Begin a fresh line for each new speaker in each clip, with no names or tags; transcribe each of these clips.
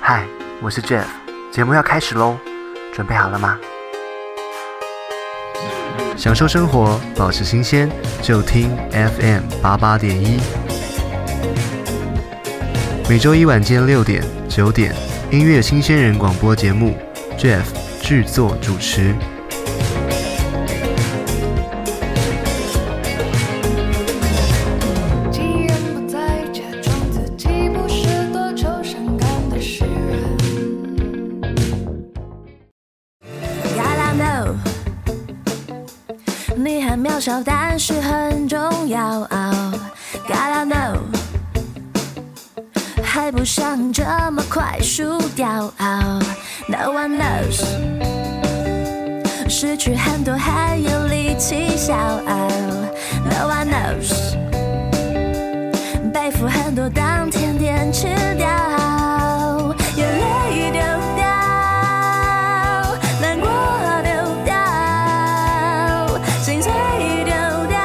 嗨，我是 Jeff，节目要开始喽，准备好了吗？享受生活，保持新鲜，就听 FM 八八点一。每周一晚间六点、九点，音乐新鲜人广播节目，Jeff 制作主持。
既然不再假装自己不是多愁善感的诗人，
Gotta know，你很渺小，但是很重要。Gotta know，还不想这么快输掉。No one knows，失去很多还有力气笑。No one knows，背负很多当甜点吃掉。眼泪丢掉，难过丢掉，心碎丢掉，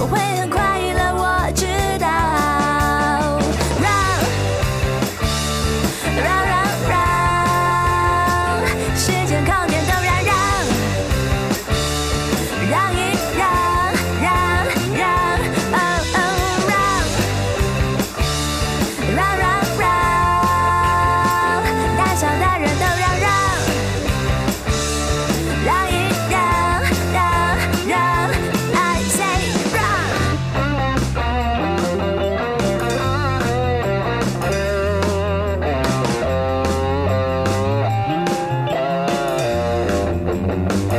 我会很快乐，我知道。让让让让，时间空间都让让。让一让，让让，哦哦让，让让让，大小大人都让让，让一让，让让，I say 让。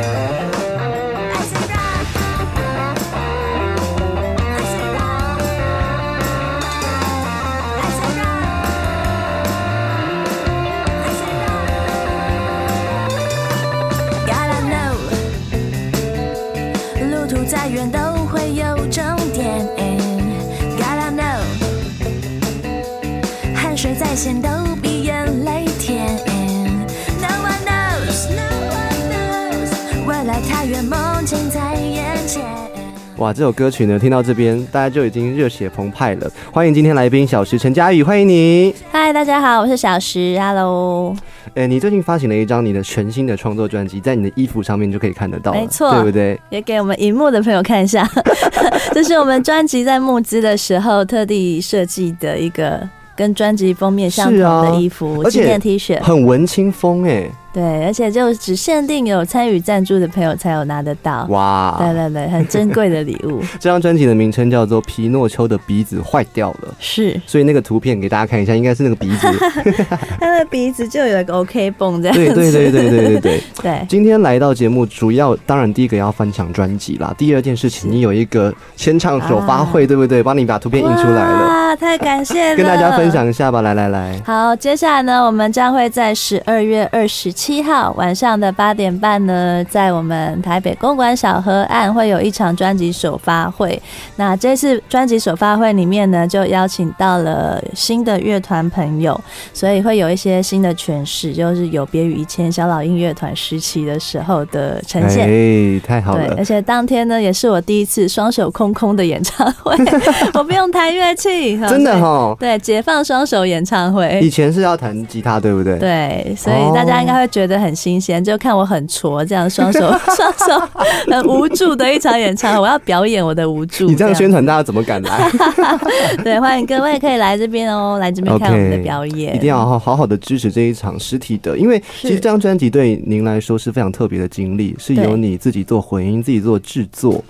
I say rock. I say rock. I say rock. I say rock. Gotta know，路途再远都会有终点。Gotta know，汗水再咸都比眼泪甜。No one knows，No one knows。未来太远，梦境在眼前。
哇，这首歌曲呢，听到这边大家就已经热血澎湃了。欢迎今天来宾小石陈佳宇，欢迎你。
嗨，大家好，我是小石，Hello。
哎，你最近发行了一张你的全新的创作专辑，在你的衣服上面就可以看得到了，
没错
对不对？
也给我们荧幕的朋友看一下， 这是我们专辑在募资的时候特地设计的一个跟专辑封面相同
是啊
的衣服、
而且
纪念 T 恤。
很文青风哎、
对，而且就只限定有参与赞助的朋友才有拿得到。
哇！
对对对，很珍贵的礼 物。
这张专辑的名称叫做《皮诺丘的鼻子坏掉了》。
是，
所以那个图片给大家看一下，应该是那 个鼻子。
他的鼻子就有一个 OK 泵这样
对
子。
对对对对 对对。
对
今天来到节目，主要当然第一个要翻墙专辑啦，第二件事情你有一个签唱首发会，对不对？帮你把图片印出来了，
啊哇，太感谢了，
跟大家分。享一下吧。来来来，
好，接下来呢，我们将会在十二月二十七号晚上的八点半呢，在我们台北公馆小河岸会有一场专辑首发会。那这次专辑首发会里面呢，就邀请到了新的乐团朋友，所以会有一些新的诠释，就是有别于以前小老鹰乐团时期的时候的呈现。
哎，太好
对，
了
而。且当天呢，也是我第一次双手空空的演唱 会，我不用弹乐器，
真的
所
哦
以
哈，
对，解放双手演唱会
以。前是要弹吉他，对不对？。
对，所以大家应该会觉得很新
哦
鲜，就看我很挫，这样双 手双手很无助的一场演唱会，我要表演我的无助。
你这样宣传，大家怎么敢来？
对，欢迎各位可以来这边哦，来这边看我们的
OK，
表演。
一定要好好好的支持这一场实体的，因为其实这张专辑对您来说是非常特别的经历，是由
对
你自己做混音、自己做制作，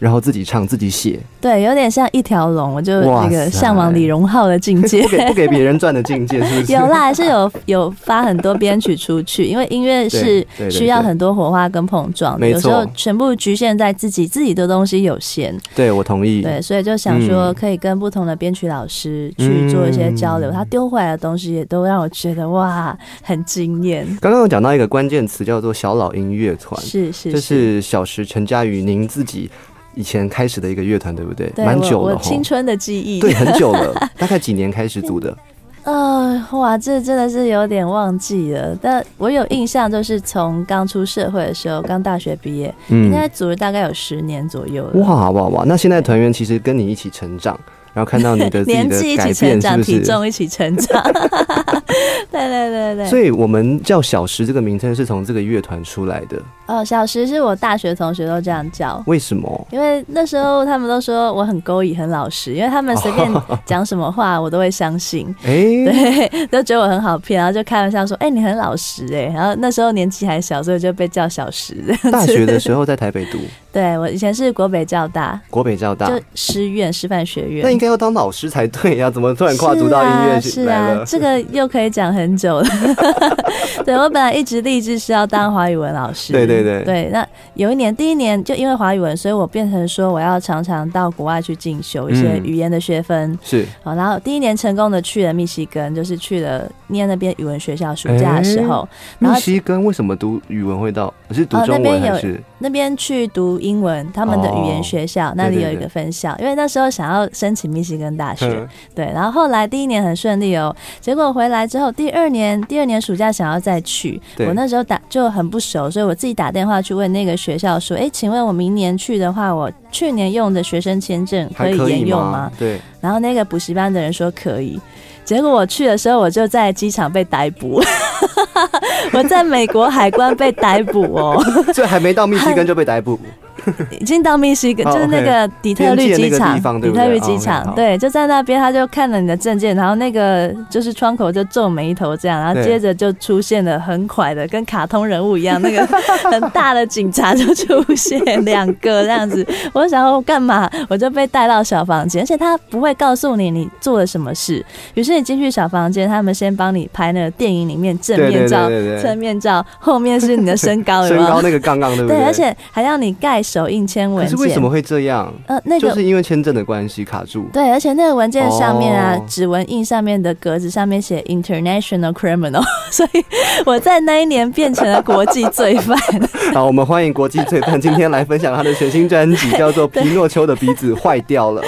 然后自己唱、自 己写，
对，有点像一条龙，我就那
哇
个
塞
向往李荣浩的境界
不。给不给别人赚的境界，是不 是？
有啦，还是有有发很多编曲出去，因为音乐是
对对对
需要很多火花跟碰撞的，
没
有时候
错
全部局限在自己自己的东西有限。
对，我同意。
对，所以就想说
嗯
可以跟不同的编曲老师去做一些交流，
嗯
他丢回来的东西也都让我觉得哇，很惊艳。
刚刚有讲到一个关键词，叫做“小老鹰乐团”，
是是
这是小石陈佳宇您自己以前开始的一个乐团，对不对？
对
蛮
我
久了
我
哈
青，春的记忆。
对，很久了，大概几年开始组的？
呃，哇，这真的是有点忘记了，但我有印象，就是从刚出社会的时候，刚大学毕业，应
嗯
该组了大概有十年左右了。
哇哇哇！那现在团员其实跟你一起成长，然后看到你 的自己
年
的
纪一
改
起
变，
成
是
长，
不
体
是？
重一起成长。 对对对对。
所以我们叫小时这个名称是从这个乐团出来的，
哦，小时是我大学同学都这样叫。
为 什么？
因为那时候他们都说我很勾引、很老实，因为他们随 便讲什么话我都会相信，
哎、
对， 都觉得我很好骗，然后就开玩笑说：“哎、你很老实哎、然后那时候年纪还小，所以就被叫小时。
大学的时候在台北读
对我以前是国北教大，
国北交大
就，师院师范学院。
那应该要当老师才对呀、怎么突然跨足到音乐去
是啊，
来
是
了？
啊，这个又可以讲很久了。 对我本来一直立志是要当华语文老师，
对对对
对。那有一年，第一年就因为华语文，所以我变成说我要常常到国外去进修一些
嗯
语言的学分。
是
好，然后第一年成功的去了密西根，就是去了念那边语文学校，暑假的时候，然
密
后
西根为什么读语文会到？是读
哦那
中文
边有
还是？
那边去读英文，他们的语言学校、那里有一
哦对对
个分校，因为那时候想要申请密西根大学，
嗯
对，然后后来第一年很顺利哦，结果回来之后，第二年第二年暑假想要再去，
对
我那时候打就很不熟，所以我自己打电话去问那个学校说，哎，请问我明年去的话，我去年用的学生签证可
还
以
可
沿
以
用
吗
吗？？
对，
然后那个补习班的人说可以，结果我去的时候我就在机场被逮捕， 我在美国海关被逮捕哦，
这还没到密西根就被 逮捕，
已经到密西根，
哦
就是那
OK
个底特律机
边界那个地
场，
方对
底
不对
特律机
哦，OK，
场，
好
对，就在那边，他就看了你的证件，然后那个就是窗口就皱眉头这样，然后
对
接着就出现了很快的，跟卡通人物一样，那 个很大的警察就出现两个这样子，我想要干嘛，我就被带到小房间，而且他不会告诉你你做了什么事，于是你进去小房间，他们先帮你拍那个电影里面正
对
面
对
照
对、对
侧
对，
面照，后面是你的身 高，哦有
身
没有
高？那个杠杠对不
对，而且还让你盖手印签文
可是
件。
为什么会这样？
呃，那
就
个、
是因为签证的关系卡住。
对，而且那个文件上面啊
哦，
指纹印上面的格子上面写 international criminal，所 以我在那一年变成了国际罪犯。
好，我们欢迎国际罪犯今天来分享他的全新专辑，叫做《皮诺丘的鼻子坏掉了》。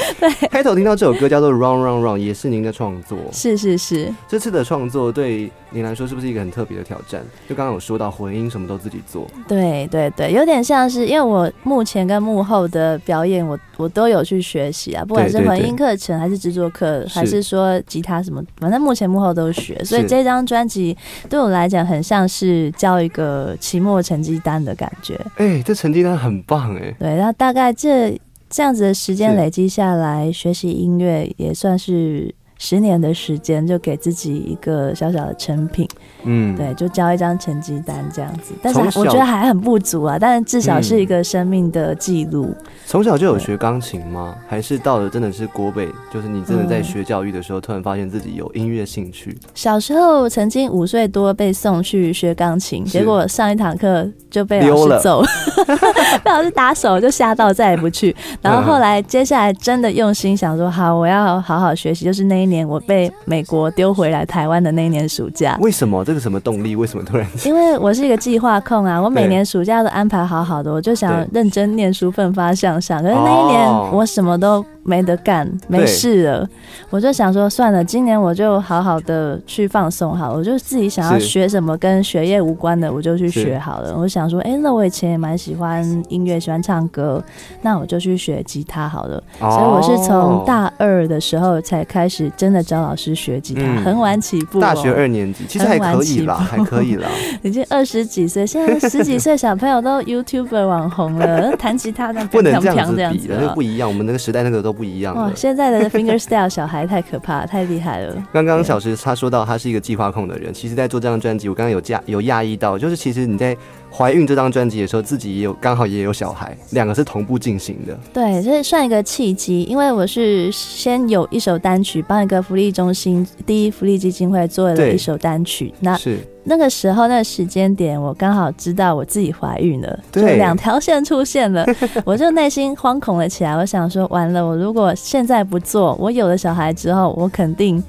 开头听到这首歌叫做《Run Run Run》，也是您的创作。
是是是，
这次的创作对您来说是不是一个很特别的挑战？就刚刚有说到混音什么都自己做，
对对对，有点像是因为我幕前跟幕后的表演我，我都有去学习啊，不管是
对对
混
对
音课程还是制作课，还是
是
说吉他什么，反正幕前幕后都学。所以
是
这张专辑对我来讲，很像是交一个期末成绩单的感觉。
哎、这成绩单很棒哎、
对，然后大概这这样子的时间
是
累积下来，学习音乐也算是十年的时间，就给自己一个小小的成品，
嗯，
对，就交一张成绩单这样子。但是
从
还我
小
觉得还很不足啊，但是至少是一
嗯
个生命的记录。
从小就有学钢琴吗？还是到了真的是国北，就是你真的在学教育的
嗯
时候，突然发现自己有音乐兴趣？
小时候曾经五岁多被送去学钢琴，
是
结果上一堂课就被
溜
老
了
师揍， 被老师打手，就吓到再也不 去。然后后来接下来真的用心想说，好，我要好好学习。就是那一年我被美国丢回来台湾的那一年暑假。
为什么这个什么动力？为什么突然？
因为我是一个计划控啊，我每
对
年暑假都安排好好的，我就想
对
认真念书，奋发向上。可是那一年
哦
我什么都没得干，没事了，我就想说算了，今年我就好好的去放松好了，我就自己想要
是
学什么跟学业无关的，我就去
是
学好了。我想说，哎，那我以前也蛮喜欢音乐，喜欢唱歌，那我就去学吉他好了。所以我是从
哦
大二的时候才开始真的找老师学吉他，
嗯
很晚起步、哦。
大学二年级，其实还可以啦，
很
还 可以啦。
已经二十几岁，现在十几岁小朋友都 YouTuber 网红了，弹吉他那
不能
这
这样
样
子
这样
比
子
的，那
哦
不一样。我们那个时代那个都不一样
哇
了，。
现在的 finger style 小孩太可怕，太厉害了。
刚刚小石他说到他是一个计划控的人，其实，在做这张专辑，我刚刚有讶有讶异到，就是其实你在怀孕这张专辑的时候，自己也有刚好也有小孩，两个是同步进行的。
对，这算一个契机，因为我是先有一首单曲，帮一个福利中心第一福利基金会做了
对
一首单曲。那
是
那个时候那个时间点，我刚好知道我自己怀孕了，就
对
两条线出现 了，我就内心惶恐了起来。我想说，完了，我如果现在不做，我有了小孩之后，我肯定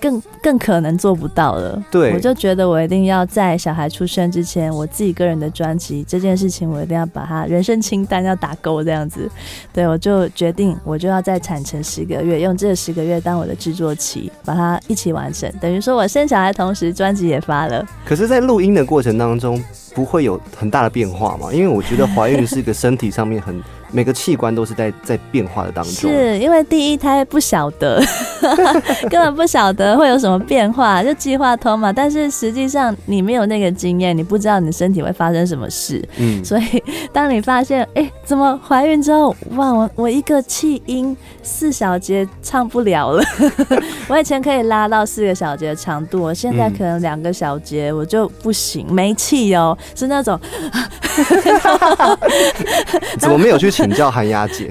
更更可能做不到了。
对
我就觉得我一定要在小孩出生之前，我自己个人的专辑这件事情，我一定要把它人生清单要打勾这样子。对，我就决定，我就要再产程十个月，用这十个月当我的制作期，把它一起完成。等于说我生小孩同时，专辑也发了。
可是，在录音的过程当中，不会有很大的变化嘛？因为我觉得怀孕是一个身体上面很每个器官都是在在变化的当中。
是因为第一胎不晓得， 根本不晓得会有什么变化，就计划通嘛。但是实际上你没有那个经验，你不知道你身体会发生什么事。
嗯，
所以，当你发现，哎、怎么怀孕之后，哇，我我一个气音四小节唱不了 了。我以前可以拉到四个小节的长度，我现在
嗯
可能两个小节我就不行，没气哦，是那种
怎么没有去请教韩雅姐？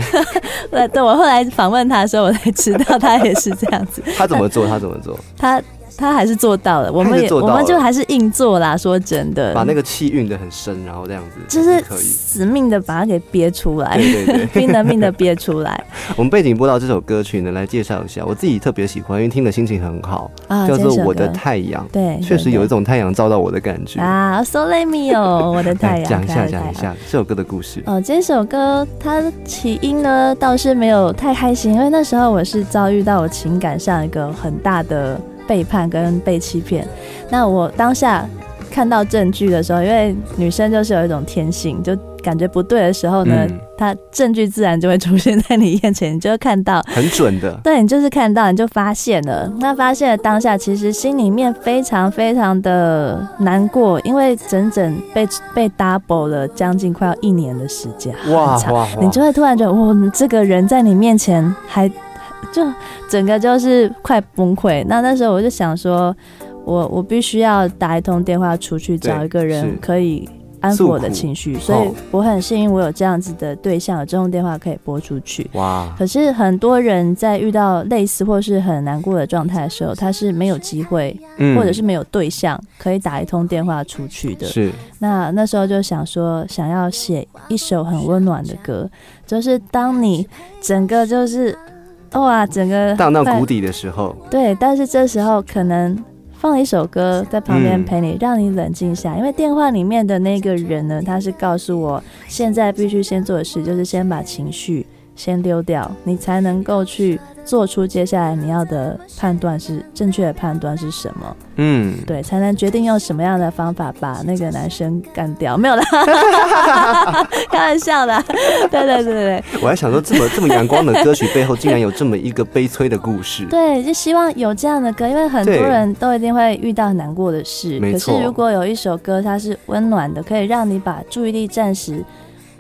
对，呃对我后来访问他的时候，我才知道他也是这样子，
她怎么做？她怎么做？
他他还是做到了，我
还
们
是
也
做
我
到了
们就还是硬做啦。说真的，
把那个气运的很深，然后这样子
就是
可以。
死命的把它给憋出来，
对对对，
拼了命的憋出 来
我们背景播到这首歌曲呢，来介绍一下，我自己特别喜欢，因为听的心情很好，
啊！
叫做
这首
《我的
歌
太阳》。
对，
确实
对
有一种太阳照到我的感觉。
啊，So let me 哦，我的太
来
阳，
哎讲一
可爱
下，
的
讲
太
一
阳。
下这首歌的故事。
哦，这首歌它起因呢倒是没有太开心，因为那时候我是遭遇到我情感上一个很大的背叛跟被欺骗。那我当下看到证据的时候，因为女生就是有一种天性，就感觉不对的时候呢，
嗯
它证据自然就会出现在你眼前，你就会看到
很 准的，
对你就是看到，你就发现了。那发现了当下，其实心里面非常非常的难过，因为整整被被 double 了将近快要一年的时间，
哇
很长
哇
你
哇！
就会突然觉得，哇，你这个人在你面前还就整个就是快崩溃。那那时候我就想说，我我必须要打一通电话出去找
对
一个人
是
可以。安抚
诉
我的
苦
情绪，所以
哦
我很幸运，我有这样子的对象，有这种电话可以拨出去。
哇，
可是很多人在遇到类似或是很难过的状态的时候，他是没有机会，
嗯
或者是没有对象可以打一通电话出去的。
是
那那时候就想说，想要写一首很温暖的歌，就是当你整个就是哇，整个
荡到
在
谷底的时候，
对，但是这时候可能放一首歌在旁边
嗯
陪你，让你冷静一下，因为电话里面的那个人呢，他是告诉我，现在必须先做的事就是先把情绪先丢掉，你才能够去做出接下来你要的判断是正确的判断是什么，
嗯，
对，才能决定用什么样的方法把那个男生干掉，没有 啦， 开玩笑的，对对对对。
我还想说，这么这么阳光的歌曲背后，竟然有这么一个悲催的故事。
对，就希望有这样的歌，因为很多
对
人都一定会遇到难过的事。
没
可
错
是如果有一首歌，它是温暖的，可以让你把注意力暂时、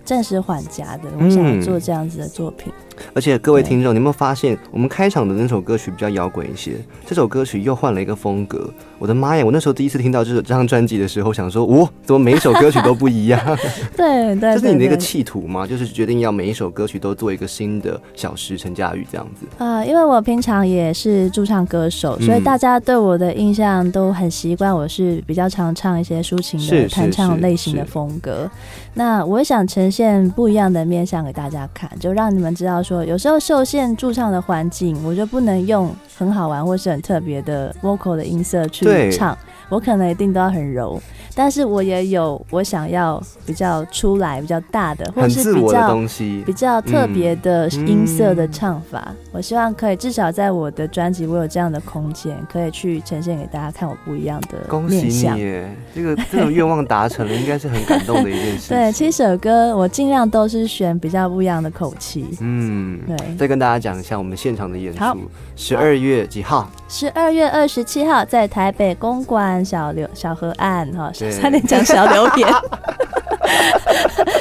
暂时缓夹的，我想要
嗯
做这样子的作品。
而且各位
对
听众，你有没有发现，我们开场的那首歌曲比较摇滚一些，这首歌曲又换了一个风格。我的妈呀！我那时候第一次听到这首这张专辑的时候，想说，哇、怎么每一首歌曲都不一样？
对对
这是
对
你的一
对。
个企图吗？就是决定要每一首歌曲都做一个新的小时陈佳宇这样子。
啊、因为我平常也是驻唱歌手，
嗯
所以大家对我的印象都很习惯，我是比较常唱一些抒情的
是是
弹唱
是
类型的
是
风格。那我也想呈现不一样的面向给大家看，就让你们知道说，有时候受限驻唱的环境，我就不能用很好玩或是很特别的 vocal 的音色去
对
唱，我可能一定都要很柔，但是我也有我想要比较出来、比较大的，或
很
是
自
比
我的
较
东西
比，较特别的
嗯
音色的唱法，我希望可以至少在我的专辑，我有这样的空间，可以去呈现给大家看我不一样的
恭喜
面相
你。耶！这个这种愿望达成了，应该是很感动的一件事。
对，七首歌我尽量都是选比较不一样的口气。
嗯，
对，
再跟大家讲一下我们现场的演
好
出，十二月几号？
十二月二十七号在台北公馆小流小河岸哈，
对
差点讲小流 田，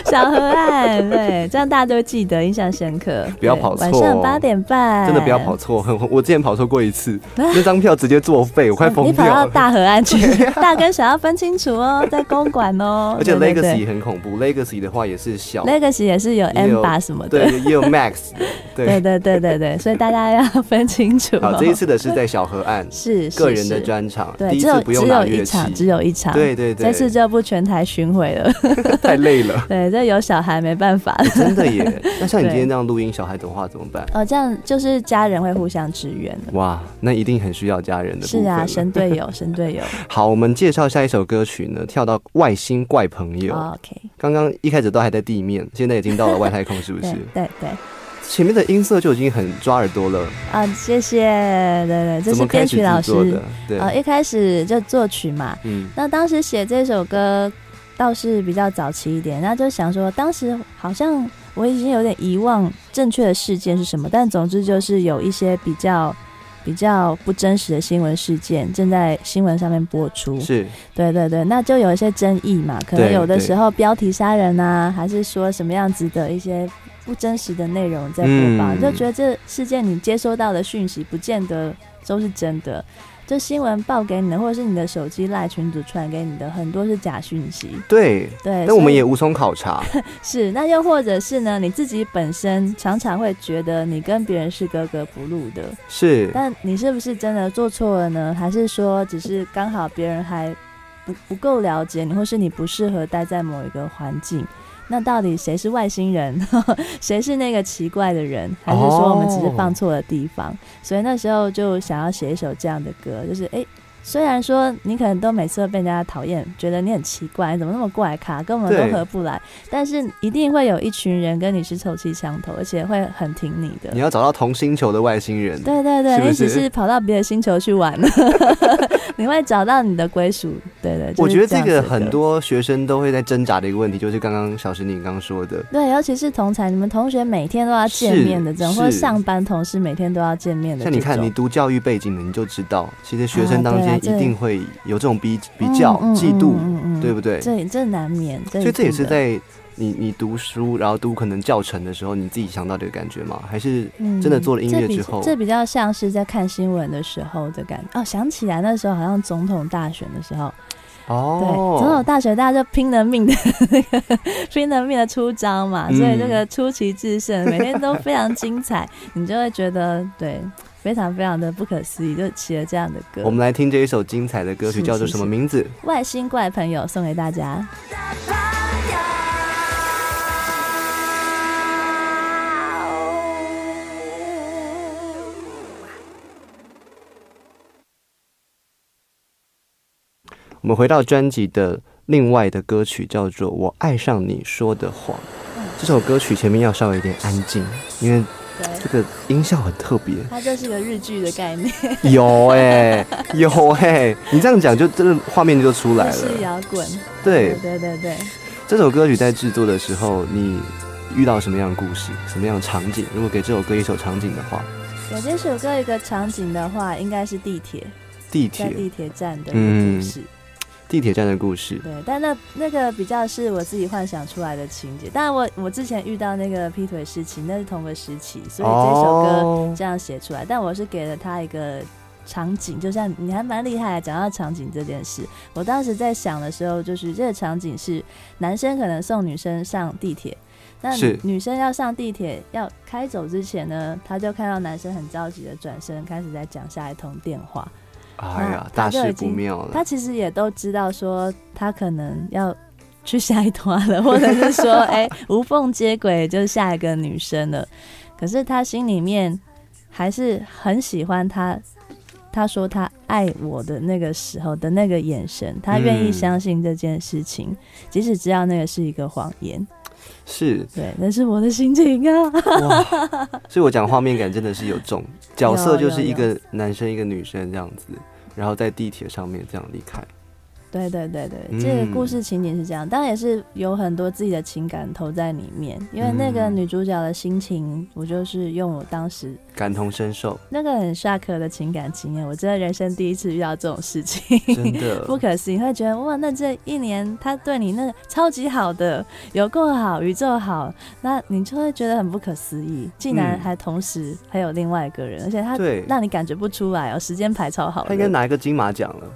小河岸对，这样大家都记得，印象深刻。
不要
对
跑错
晚上
哦
八点半，
真的不要跑错， 我我之前跑错过 一次，那张票直接作废，我快
哎哦你
疯
跑到
掉了。啊
大河岸去， 大跟小要分清楚哦，在公馆哦。
而且
对对
Legacy 很恐怖，Legacy 的话也是小，
对 Legacy 也是有
也
M
有
把什么
对
的，，
也有 Max，的
对
对。
对对对对，所以大家要分清楚哦。
好，这一次的是在小河岸
是是
个人的
是
专场，第
对，只
一次
有
不
只
用拿
有
乐
一场，只
器，
有一场。
对对对
这次就不全台巡回了。
太累了。
对，这有小孩没办法。
真的耶！那像你
对
今天这样录音，小孩的话怎么办？
哦，这样就是家人会互相支援的。
哇，那一定很需要家人的部
是
分
啊，
了
神队 友，神队友。
好，我们介绍下一首歌曲呢，跳到外星怪朋友。
哦 OK，
刚刚一开始都还在地面，现在已经到了外太空，是 不
对
是？
对对。
前面的音色就已经很抓耳朵了。
啊，谢谢，对对，这
怎
是
么
编
开
曲
始
老
制
师
作的？对，
呃，一开始就作曲嘛，
嗯，
那当时写这首歌倒是比较早期一点，那就想说，当时好像我已经有点遗忘正确的事件是什么，但总之就是有一些比较比较不真实的新闻事件正在新闻上面播出。
是
对对对，那就有一些争议嘛，可能
对
有的
对
时候标题杀人啊，还是说什么样子的一些不真实的内容在播报，
嗯
就觉得这事件你接收到的讯息不见得都是真的。就新闻报给你的，或者是你的手机赖群组传给你的，很多是假讯息。
对，
对，
但我
所
们
以
也无从 考察。
是，那又或者是呢，你自己本身常常会觉得你跟别人是格格不入的，
是
但你是不是真的做错了呢？还是说只是刚好别人还不不够了解你，或是你不适合待在某一个环境？那到底谁是外星人， 谁是那个奇怪的人，还是说我们只是放错了地方？所以那时候就想要写一首这样的歌，就是诶，虽然说你可能都每次都被人家讨厌，觉得你很奇怪，你怎么那么怪啊咖，跟我们
对
都合不来，但是一定会有一群人跟你是臭气相投，而且会很挺你的。
你要找到同星球的外星人。
对对对，
嗯是不
你只
是
是跑到别的 星球去玩了，你会找到你的归属。对对，就是
我觉得这
样
个
子的
很多学生都会在挣扎的一个问题，就是刚刚小石你刚刚说的，
对，尤其是同才，你们同学每天都要见
是
面的这种，或者
是
上班同事每天都要见面的这
像
种。
你看，你读教育背景的，你就知道，其实学生
啊
当
对啊
间
这
一定会有这种比比较、
嗯嗯
嫉妒，
嗯嗯嗯
对不对？所
这这难免，所
以这也是在你你读书，然后读可能教程的时候，你自己想到这个感觉吗？还是
嗯
真的做了音乐之后
这比这比较像是在看新闻的时候的感觉。哦，想起来那时候好像总统大选的时候，对，总统
哦，
大学大家就拼了命的、拼了命的出招
嗯
嘛，所以这个出奇制胜，每天都非常精彩，你就会觉得对，非常非常的不可思议，就起了这样的歌。
我们来听这一首精彩的歌曲，
是
叫做
是
什么
是
名字？
外星怪朋友送给大家，
我们回到专辑的另外的歌曲，叫做《我爱上你说的谎》。这首歌曲前面要稍微有点安静，因为
对，
这个音效很特 别。
它就是个日剧的概念，
有哎、有哎、你这样讲就真的画面就出来
是
了。
摇滚，
对，
对对对。
这首歌曲在制作的时候，你遇到什么样的故事，什么样的场景？如果给这首歌一首场景的话，
我这首歌有一个场景的话，应该是地铁，
地
在
铁嗯
地铁站的一个故事。
地铁站的故事，
对，但那那个比较是我自己幻想出来的情节。但我我之前遇到那个劈腿事情，那是同个时期，所以这首歌
哦
这样写出来。但我是给了他一个场景，就像你还蛮厉害的，啊讲到场景这件事，我当时在想的时候，就是这个场景是男生可能送女生上地铁。那
是
女生要上地铁要开走之前呢，她就看到男生很着急的转身，开始在讲下一通电话。
哎呀
那，
大
他就
事
已
不
经
妙了
他。其实也都知道说他可能要去下一团了， 或者是说哎、无缝接轨就下一个女生了，可是他心里面还是很喜欢他。他说他爱我的那个时候的那个眼神，他愿意
嗯
相信这件事情，即使知道那个是一个谎言。
是
对，那是我的心情啊。
哇，所以我讲画面感真的是有重，角色就是一
有
个男生一个女生这样子，然后在地铁上面这样离开。
对对对对，
嗯
这个故事情景是这样，当然也是有很多自己的情感投在里面，因为那个
嗯
女主角的心情，我就是用我当时
感同身 受，
那个很 shock 的情感经验，我真的人生第一次遇到这种事情。
真的
不可思议，会觉得哇，那这一年他对你那个超级好的，有够好，宇宙好，那你就会觉得很不可思议，竟然
嗯
还同时还有另外一个人，而且他
对。
让你感觉不出来哦，时间排超好的，
他应该拿一个金马奖了，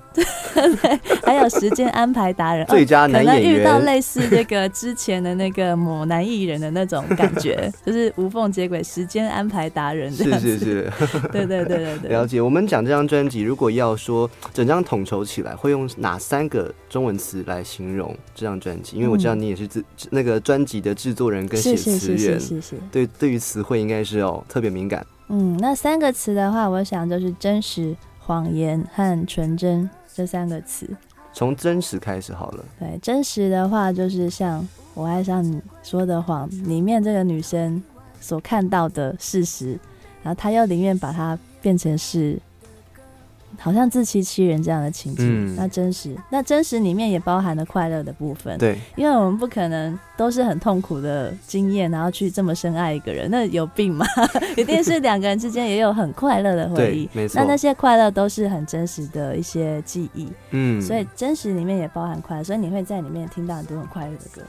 还有时间安排达 人，哦
最佳男
可能
演
遇到
员。
类似这个之前的那个某男艺人的那种感 觉，就是无缝接轨，时间安排达人这
是
样子。
是是，
对对对对
了
对。
解。我们讲这张专辑，如果要说整张统筹起来，会用哪三个中文词来形容这张专辑？因为我知道你也是制嗯那个专辑的制作人跟写
是是
词
是
人
是，是是，
对对于词汇应该是哦特别敏感。
嗯，那三个词的话，我想就是真实、谎言和纯真这三个词。
从真实开始好了，
对，真实的话就是像我爱上你说的谎里面这个女生所看到的事实，然后她又宁愿把它变成是好像自欺欺人这样的情景。
嗯
那真实，那真实里面也包含了快乐的部分。
对，
因为我们不可能都是很痛苦的经验，然后去这么深爱一个人，那有病吗？ 一定是两个人之间也有很快乐的回忆
对，没错
那那些快乐都是很真实的一些记忆，
嗯，
所以真实里面也包含快乐，所以你会在里面听到很多很快乐的歌。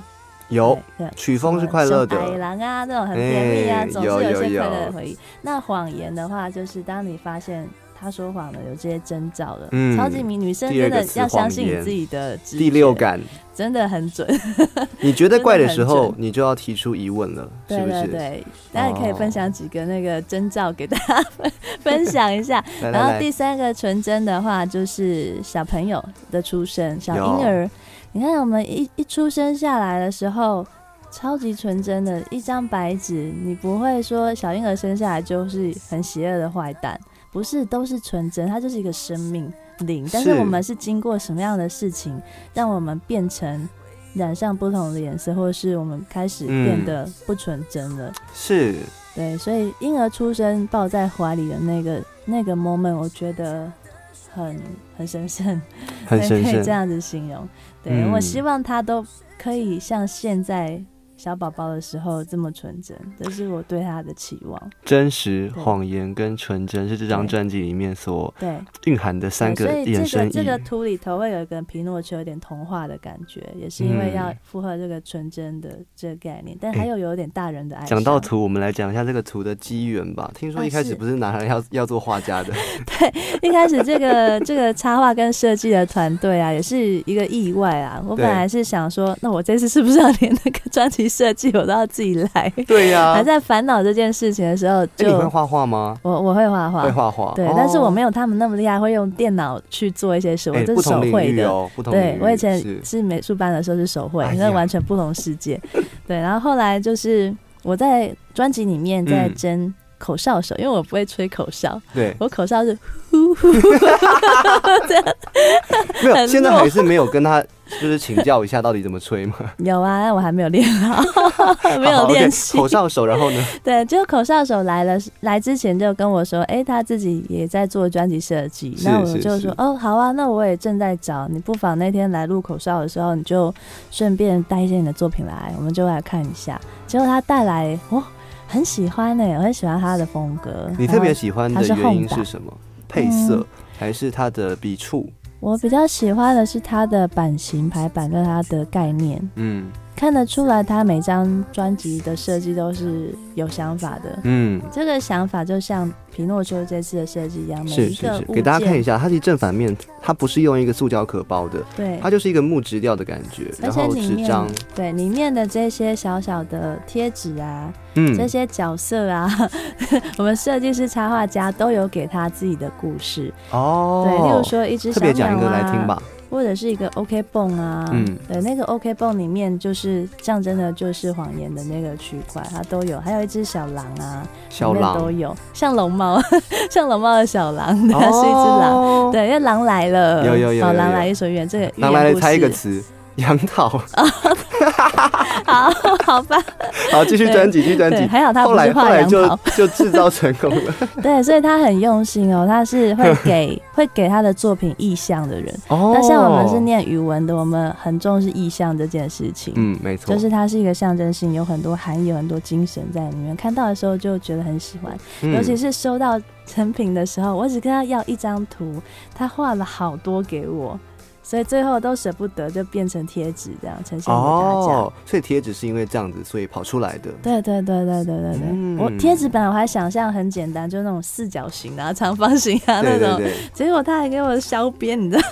有
对，对
曲风是快乐的
什么矮郎啊，这种很甜蜜啊，
哎
总是有一
有有
些
有
快乐的回忆。那谎言的话，就是当你发现。他说谎了，有这些征兆了。
嗯
超级迷女生
第二
真
个
的
词
要相信
谎
你
言
自己的直
第六
觉，
感，
真的很准。
你觉得怪的时
真的很
候
准，
你就要提出疑问了，是哦
对
不
对
是？
对，大家可以分享几个那个征兆给大家分 分享一下。
来
然后
来
第
来，
三个纯真的话，就是小朋友的出生，小
有
婴儿。你看我们一一出生下来的时候，超级纯真的，一张白纸，你不会说小婴儿生下来就是很邪恶的坏蛋，不是，都是纯真，它就是一个生命灵。但是
是
我们是经过什么样的事情，让我们变成？染上不同的颜色，或者是我们开始变
嗯
得不纯真了。
是
对，所以婴儿出生抱在怀里的那个那个 moment，我觉得很很神圣，
很神
可以这
圣，
样子形容。对、
嗯
我希望他都可以像现在小宝宝的时候这么纯真，这是我对他的期望。
真实、
对
谎言跟纯真是这张
对
专辑里面所
对，
蕴含的三个
对所
衍
以这个
生
这个
意。
图里头会有一个皮诺丘有点童话的感觉，也是因
嗯
为要符合这个纯真的这个概念，但还有有点大人的爱上。
讲到图，我们来讲一下这个图的机缘吧。听说
啊
一开始
是
不是拿来要要做画 家的，
一开始这个这个插画跟设计的团队啊，也是一个意外啊。我
对
本来是想说，那我这次是不是要连那个专辑设计我都要自己来？
对呀。
还
哎，
在烦恼这件事情的时候
你
就，
会画画吗？
我我会画画
会，画画，
对，
哦
但是我没有他们那么厉害，会用电脑去做一些事，我
哎
这
不
是
同
手
领
绘
域
的。
哦，不同领
对
域，
我以前
是
是美术班的时候是手绘
哎，呀
那完全不同世界。对，然后后来就是我在专辑里面在
嗯
争口哨手，因为我不会吹口哨，
对，
我口哨是
没
很
有，现在
弱
还是没有跟他就是请教一下到底怎么吹嘛，
有啊，但我还没有练好， 没
好
有
OK，
练习。
口哨手，然后呢？
对，就口哨手来了，来之前就跟我说，哎、他自己也在做专辑设计。
是
那我
是
就是说，哦，好啊，那我也正在找，你不妨那天来录口哨的时候，你就顺便带一些你的作品来，我们就来看一下。结果他带来，我、哦、很喜欢欸呢、我很喜欢他的风格。
你特别喜欢的
它是
原因
烘
是
的
什么？配色还是它的笔触？
我比较喜欢的是他的版型、排版跟他的概念。
嗯
看得出来，他每张专辑的设计都是有想法的。
嗯，
这个想法就像皮诺丘这次的设计一样，每
是
一
是
个
是，
物
给
件，
大家看一下，它其实正反面，它不是用一个塑胶壳包的，
对
它就是一个木质调的感觉，
而
然
且
后
里
纸
面
张，
对里面的这些小小的贴纸啊，
嗯
这些角色啊， 我们设计师、插画家都有给他自己的故事。
哦，
对，例如说一只
特
小
别
鸟
讲一个来听
啊，
吧，
或者是一个 OK 泵啊，
嗯
对，那个 OK 泵里面就是象征的就是谎言的那个区块，它都有，还有一只小狼啊，
小
里面
狼
都，有，像龙猫， 像龙猫的小狼，它 是一只狼。
哦，
对，因为狼来了，
有有有
好
有
狼
有
来一首远，这个寓
狼
言
来
故
了，猜一个
事，
词，杨桃。
好好吧，
好，继续专辑，继续专
对，
辑。
还好他
后
不
来
是
后
画
来
杨
就
桃，
就制造成功 了。
对，所以他很用心哦，他是会给 会给他的作品意象的人。
哦
那像我们是念语文的，我们很重视意象这件事情，
嗯，没错，
就是它是一个象征性，有很多含义，有很多精神在里面。看到的时候就觉得很喜欢。
嗯
尤其是收到成品的时候，我只跟他要一张图，他画了好多给我，所以最后都舍不得，就变成贴纸这样呈现给大家。
哦，所以贴纸是因为这样子，所以跑出来的。
对对对对对对对，
嗯
我贴纸本来我还想象很简单，就那种四角形啊、长方形啊那
对
种，
对对，
结果他还给我削边，你知道？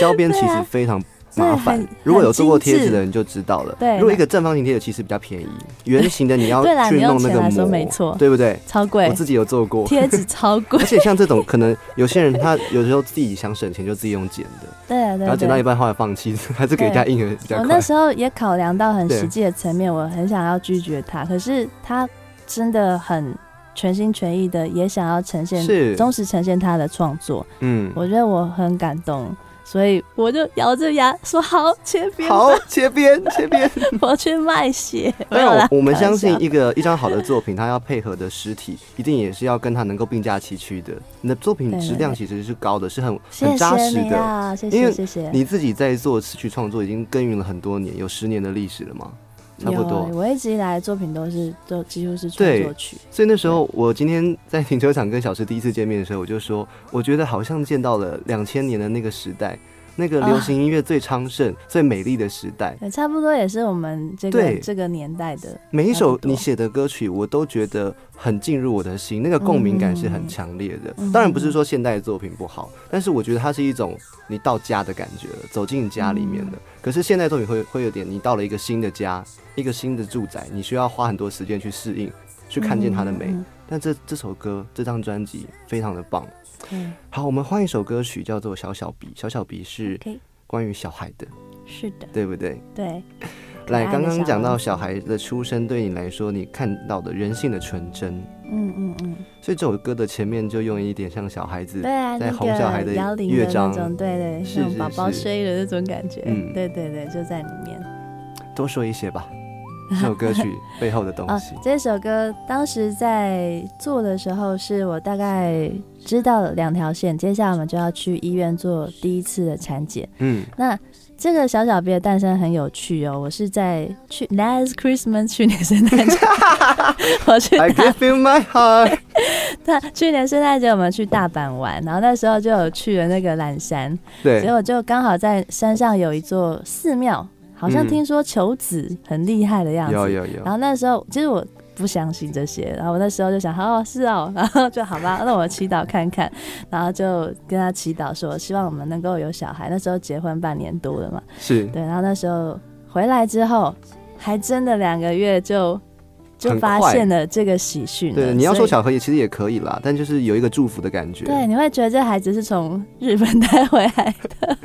削边
对
其
啊
实非常麻
对
烦
很，
如果有做过贴
很
纸
精致
的人就知道了。
对
如果一个正方形贴纸其实比较便宜，圆形的你 要
对啦
去
你用
弄那
钱
个
来说
膜，
没错
对不对？
超贵
我，自己有做过。
贴纸超 贵
而。且像这种，可能有些人他有时候自己想省钱，就自己用剪的，
对
然后
对
剪到一
对。
半后来放弃，还是给人家印的比较
我
快
那。时候也考量到很
对
实际的层面，我很想要拒绝他，可是他真的很全心全意的也想要呈现
是
忠实呈现他的创作，
嗯，
我觉得我很感动。所以我就咬着牙说好切边，
好，切边，切边。
我去卖血。没
但
有啦
我我们
开玩
相信
笑
一个一张好的作品，它要配合的实体，一定也是要跟它能够并驾齐驱的。你的作品
对
质
对
量
对
其实是高的，是很很
谢
扎
谢
实
你
的。
啊，谢
因
谢
为
谢谢。
你自己在做词曲创作已经耕耘了很多年，有十年的历史了吗？差不多
有。我一直以来的作品都是都几乎是创
对
作曲，
所以那时候我今天在停车场跟小石第一次见面的时候，我就说，我觉得好像见到了两千年的那个时代，那个流行音乐最昌
啊
盛、最美丽的时代。
对，差不多也是我们这个
对
这个年代的。
每一
差
首
不多
你写的歌曲，我都觉得很进入我的心，那个共鸣感是很强烈的。
嗯
当然不是说现代的作品不好，但是我觉得它是一种你到家的感觉了，走进家里面的。
嗯
可是现代作品会会有点，你到了一个新的家，一个新的住宅，你需要花很多时间去适应，去看见它的美。
嗯
但这这首歌，这张专辑非常的棒。
嗯
好，我们换一首歌曲，叫做《小小鼻》。小小鼻是
对，OK，
关于小孩的，
是的，
对不对？
对，可爱
来，
的
刚刚讲到
小
小
孩
孩的出生，对你来说，你看到的人性的纯真，
嗯嗯嗯，
所以这首歌的前面就用一点像小孩子
对，啊，
在
那
哄小孩
个
的
摇铃
乐
的那
章
种，对对，
是
那种
是
宝宝
是
睡的那种感觉，
嗯
对对对，就在里面。
多说一 些吧。这首歌曲背后的东
啊
西，，
这首歌当时在做的时候，是我大概知道了两条线，接下来我们就要去医院做第一次的产检。
嗯，
那这个小小别的诞生很有趣哦，我是在去 last Christmas 去年圣诞 节，我去
I
大
give you my heart，
大去年圣诞节我们去大阪玩，然后那时候就有去了那个岚山，结
对，
果就刚好在山上有一座寺庙，好像
嗯
听说求子很厉害的样子，哦
有有
然
有，
后那时候其实我不相信这些，然后我那时候就想，哦，是哦，然后就好吧，那我祈祷看看，然后就跟他祈祷说，希望我们能够有小孩。那时候结婚半年多了嘛，
是
对，然后那时候回来之后，还真的两个月就就
很
发
快
现了这个喜讯了。
对。你要
所
说
以
小何也其实也可以啦，但就是有一个祝福的感觉。
对，你会觉得这孩子是从日本带回来的，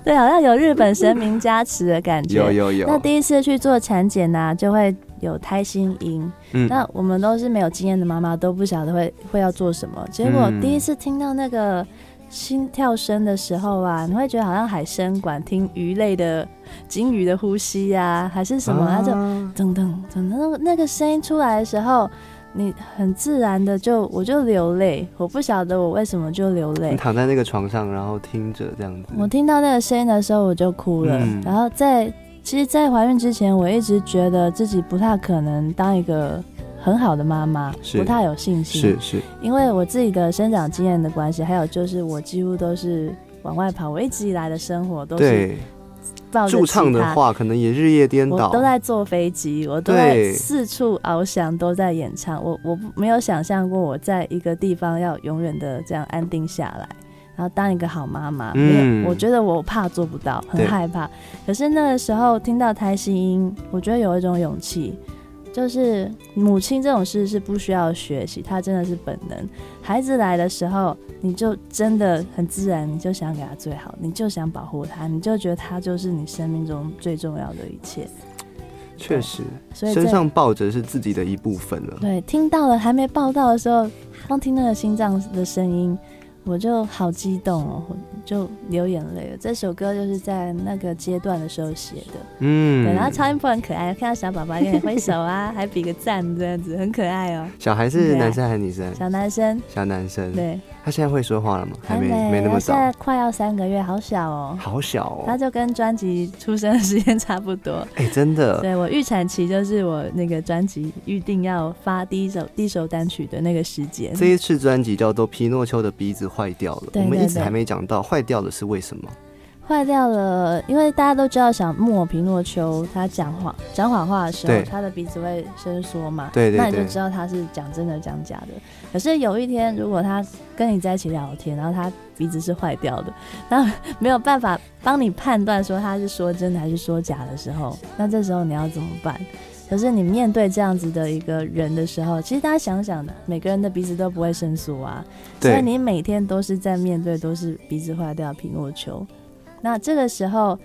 对，好像有日本神明加持的感觉。
有有有。
那第一次去做产检呢、啊就会有胎心音，
嗯
那我们都是没有经验的妈妈，都不晓得会会要做什么。结果
嗯
第一次听到那个心跳声的时候啊，你会觉得好像海参馆听鱼类的鲸鱼的呼吸呀、还是什么，它就
啊
噔噔噔噔，那个声音出来的时候，你很自然的就我就流泪，我不晓得我为什么就流
你
泪。
躺在那个床上，然后听着这样子。
我听到那个声音的时候，我就哭了。
嗯
然后在其实，在怀孕之前，我一直觉得自己不太可能当一个很好的妈妈，
是
不太有信心
是，是，
因为我自己的生长经验的关系，还有就是我几乎都是往外跑，我一直以来的生活都是
对，
抱着
驻唱
吉
的
他。
话可能也日夜颠
我
倒，
都在坐飞机，我都在
对
四处翱翔，都在演唱。我我不没有想象过我在一个地方要永远的这样安定下来，然后当一个好妈妈。没
嗯
有，我觉得我怕做不到，很
对
害怕。可是那个时候听到胎心音，我觉得有一种勇气。就是母亲这种事是不需要学习，她真的是本能。孩子来的时候，你就真的很自然，你就想给他最好，你就想保护他，你就觉得他就是你生命中最重要的一切。
确实，
所以
身
这
上抱着是自己的一部分了。
对听到了还没报道的时候，光听那个心脏的声音，我就好激动哦，我就流眼泪了。这首歌就是在那个阶段的时候写的，
嗯
对，然后超音波很可爱，看到小宝宝跟你挥手啊，还比个赞这样子，很可爱哦。
小孩
对
是
啊
男生还是女生？
小男生，
小男生。
对，
他现在会说话了吗？还没，
美
没那
他
么
现在
早。
快要三个月，好小哦。
好小
他
哦，
就跟专辑出生的时间差不多，
哎，真的，
对我预产期就是我那个专辑预定要发第一首第一首单曲的那个时间。
这一次专辑叫做《匹诺丘的鼻子坏掉了》，
对
我们一
对
直
对
还没讲到坏掉的是为什么。
坏掉了，因为大家都知道，小木偶皮诺丘他讲话讲谎话的时候
对，
他的鼻子会伸缩嘛，
对对
那你就
对
知道他是讲真的讲假的。可是有一天，如果他跟你在一起聊天，然后他鼻子是坏掉的， 那没有办法帮你判断说他是说真的还是说假的时候，那这时候你要怎么办？可是你面对这样子的一个人的时候，其实大家想想，每个人的鼻子都不会伸缩啊，所以
对，
你每天都是在面对都是鼻子坏掉的皮诺丘。那这个时候，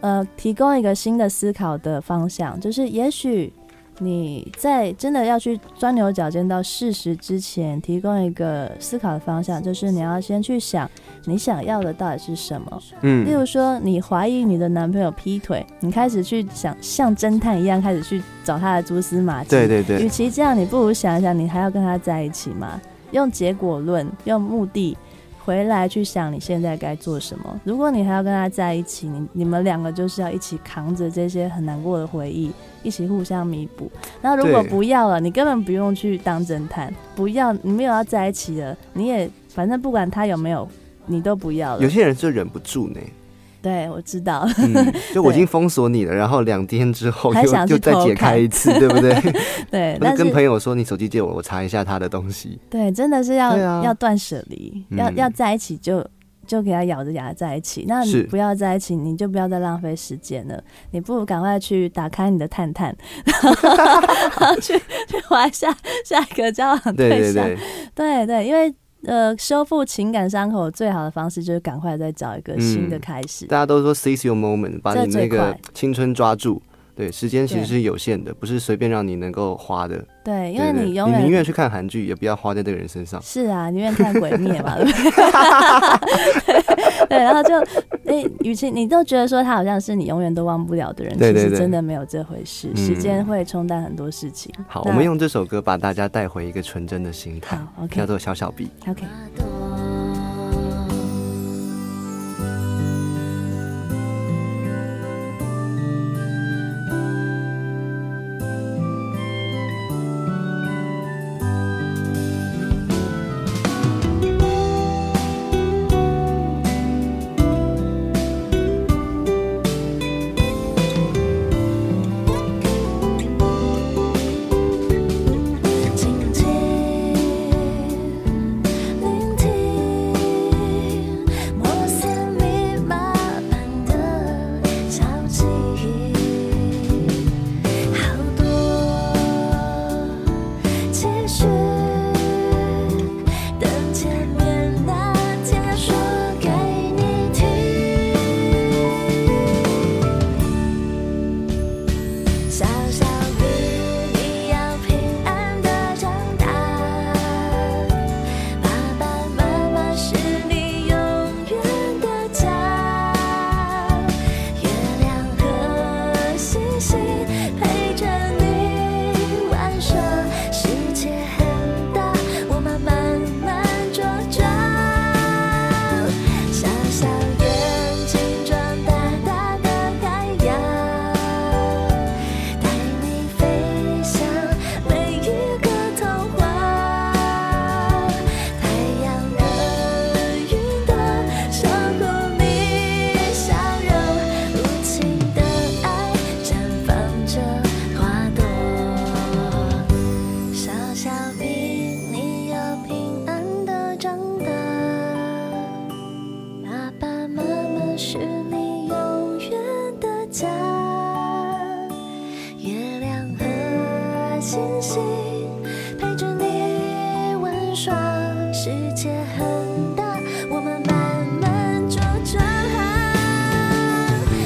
呃，提供一个新的思考的方向，就是也许你在真的要去钻牛角尖到事实之前，提供一个思考的方向，就是你要先去想你想要的到底是什么。例
嗯，
如说，你怀疑你的男朋友劈腿，你开始去想像侦探一样开始去找他的蛛丝马迹。
对对对
与，其这样，你不如想一想，你还要跟他在一起吗？用结果论，用目的回来去想你现在该做什么。如果你还要跟他在一起，你你们两个就是要一起扛着这些很难过的回忆，一起互相弥补。然后如果
对
不要了，你根本不用去当侦探，不要你没有要在一起了，你也反正不管他有没有，你都不要了
有。些人就忍不住呢，
对，我知道。
嗯，就我已
对
经封锁你了，然后两天之后
还
又
想去
又再
偷
解
看
开一次，对不对？
对，
我
但
就是跟朋友说你手机借我，我查一下他的 东西。
对，真的是要、
对啊
要断舍离，
嗯
要要在一起就就给他咬着牙在一起。那你
是
不要在一起，你就不要再浪费时间了。你不如赶快去打开你的探探，然后去去玩下下一个交往
对对
象。
对，
对对因为呃，修复情感伤口最好的方式就是赶快再找一个新的
嗯
开始。
大家都说 seize your moment，把
这
你
最
那个
快
青春抓住。对，时间其
对
实是有限的，不是随便让你能够花的。
对，因为
对对
你永
你
远
宁愿去看韩剧，也不要花在这个人身上。
是啊，宁愿看鬼灭 嘛，对不对？对，然后就，哎、与其你都觉得说他好像是你永远都忘不了的人，
对对
其实
对
真的没有这回事，
嗯
时间会冲淡很多事情。
好，
那
我们用这首歌把大家带回一个纯真的心态
好，OK
叫做小小笔。
OK，
静静聆听，摩斯密码般的消息，好多期许等见面那天说给你听。小小笔，你要平安的长大。爸爸妈妈是你永远的家。月亮和星星陪着你玩耍。世界很大，我们慢慢茁壮。小小眼睛装大大的海洋，带你飞向每一个童话。太阳和云朵守护你笑容，无情的爱绽放着花朵。小小兵，你要平安的长大。爸爸妈妈是你永远的家。月亮和星星陪着你玩耍，世界很大，我们慢慢茁壮。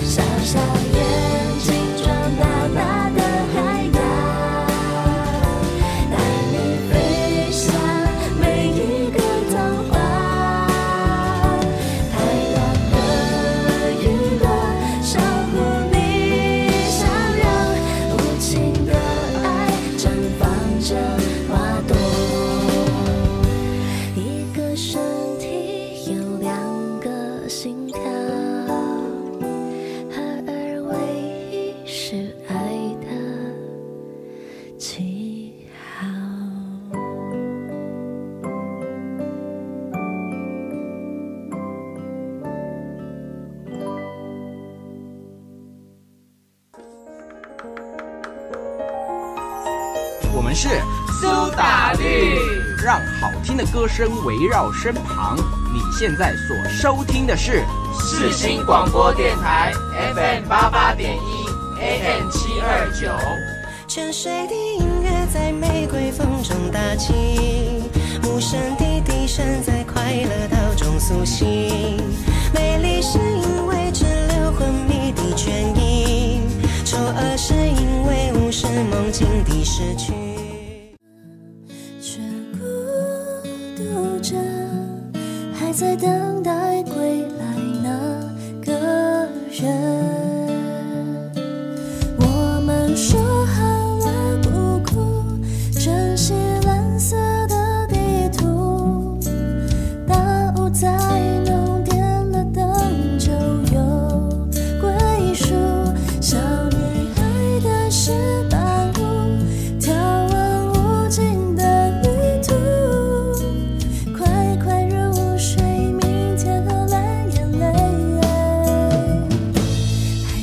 小小眼睛装大大的海洋。带你飞向每一个童话，太阳和云朵守护你笑容，无情的爱绽放着花朵。一个身体有两个心跳，合二为一是爱的。记号。
我们是苏打绿，让好听的歌声围绕身旁。你现在所收听的是
世新广播电台 FM 八八点一，AM 七二九。
泉水的音乐在玫瑰风中打起，无声的笛声在快乐岛中苏醒。美丽是因为滞留昏迷的倦意，丑恶是因为无视梦境的失去。
却孤独着，还在等待归来那个人。我们说好了不哭，珍惜蓝色的地图。大雾在弄点了灯，就有归属。小女孩的石板屋，眺望无尽的旅途。快快入睡，明天喝蓝眼泪，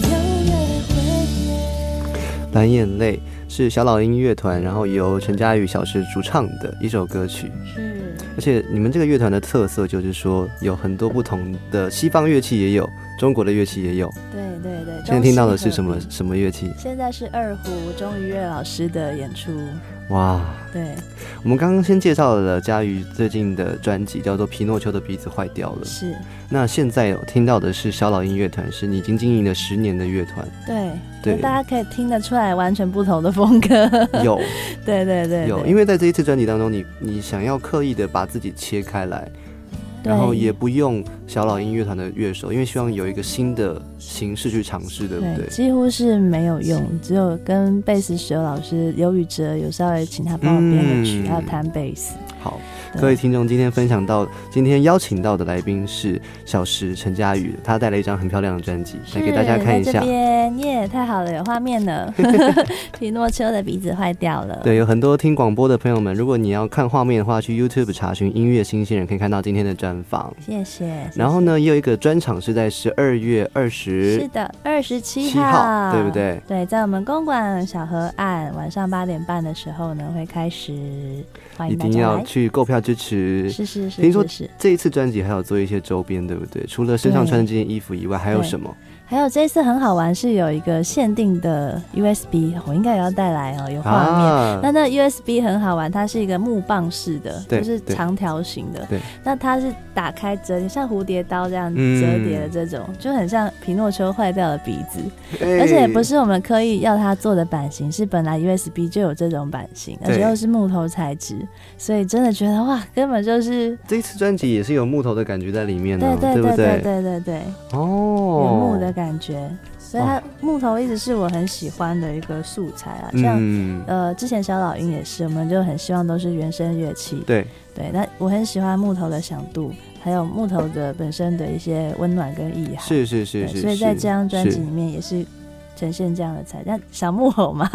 还有约会。
《蓝眼泪》是小老鹰乐团，然后由陈佳宇小师主唱的一首歌曲。
是
而且你们这个乐团的特色就是说，有很多不同的西方乐器也有，中国的乐器也有。
对对对。
现在听到的是什
中
么
西合璧
什么乐器？
现在是二胡钟于月老师的演出，
哇！
对，
我们刚刚先介绍了佳瑜最近的专辑，叫做《皮诺丘的鼻子坏掉了》。
是，
那现在有听到的是小老鹰乐团，是你已经经营了十年的乐 团，
对，
对
那大家可以听得出来完全不同的风格，
有
对对对，
有，
对
因为在这一次专辑当中，你你想要刻意的把自己切开来，
对
然后也不用小老鹰乐团的乐手，因为希望有一个新的形式去尝试，对不对？
几乎是没有用，只有跟贝斯手老师刘宇哲有稍微请他帮我编的曲，
嗯
还有弹贝斯。
好，
对
各位听众，今天分享到，今天邀请到的来宾是小石陈佳宇，他带了一张很漂亮的专辑来给大家看一
是在
下
这。边耶，太好了，有画面 了。皮诺丘的鼻子坏掉了。
对，有很多听广播的朋友们，如果你要看画面的话，去 YouTube 查询“音乐新鲜人”，可以看到今天的专访。
谢谢，谢谢。
然后呢，也有一个专场是在十二月二
是
十，
的，二十七
7号对不对？
对，在我们公馆小河岸，晚上八点半的时候呢，会开始，欢
一
迎大
定
家
要
来。
去购票支持。
是是是
听说
是是，
这一次专辑还有做一些周边，对不对？除了身上
对
穿的这件衣服以外，还有
对
什么？
还有这一次很好玩，是有一个限定的 USB，我应该也要带来哦，有画面。
啊
那那 USB 很好玩，它是一个木棒式的，
嗯对
就是长条形的。
对
那它是打开折叠，像蝴蝶刀这样
嗯
折叠的这种，就很像皮诺丘坏掉的鼻子，
哎
而且也不是我们刻意要它做的版型，是本来 USB 就有这种版型，而
对
且又是木头材质，所以真的觉得哇，根本就是
哎这一次专辑也是有木头的感觉在里面呢
对，对
不
对对对对对，原
哦，
木的感觉。所以它木头一直是我很喜欢的一个素材啊，像、
嗯，
呃之前小老鹰也是，我们就很希望都是原声乐器。
对，
对，那我很喜欢木头的响度，还有木头的本身的一些温暖跟意涵。
是是
对
是是，
所以在
是
这张专辑
是
里面也是呈现这样的材，但小木偶嘛，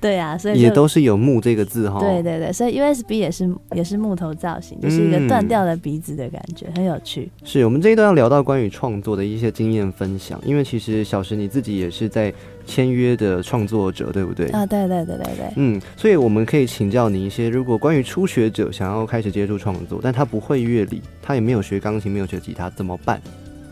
对啊，所以就
也都是有“木”这个字哈。
对对对，所以 USB 也是也是木头造型，就是一
嗯
个断掉的鼻子的感觉，很有趣。
是我们这一段要聊到关于创作的一些经验分享，因为其实小石你自己也是在签约的创作者，对不对？
啊，对对对对对。
嗯，所以我们可以请教你一些，如果关于初学者想要开始接触创作，但他不会乐理，他也没有学钢琴，没有学吉他，怎么办？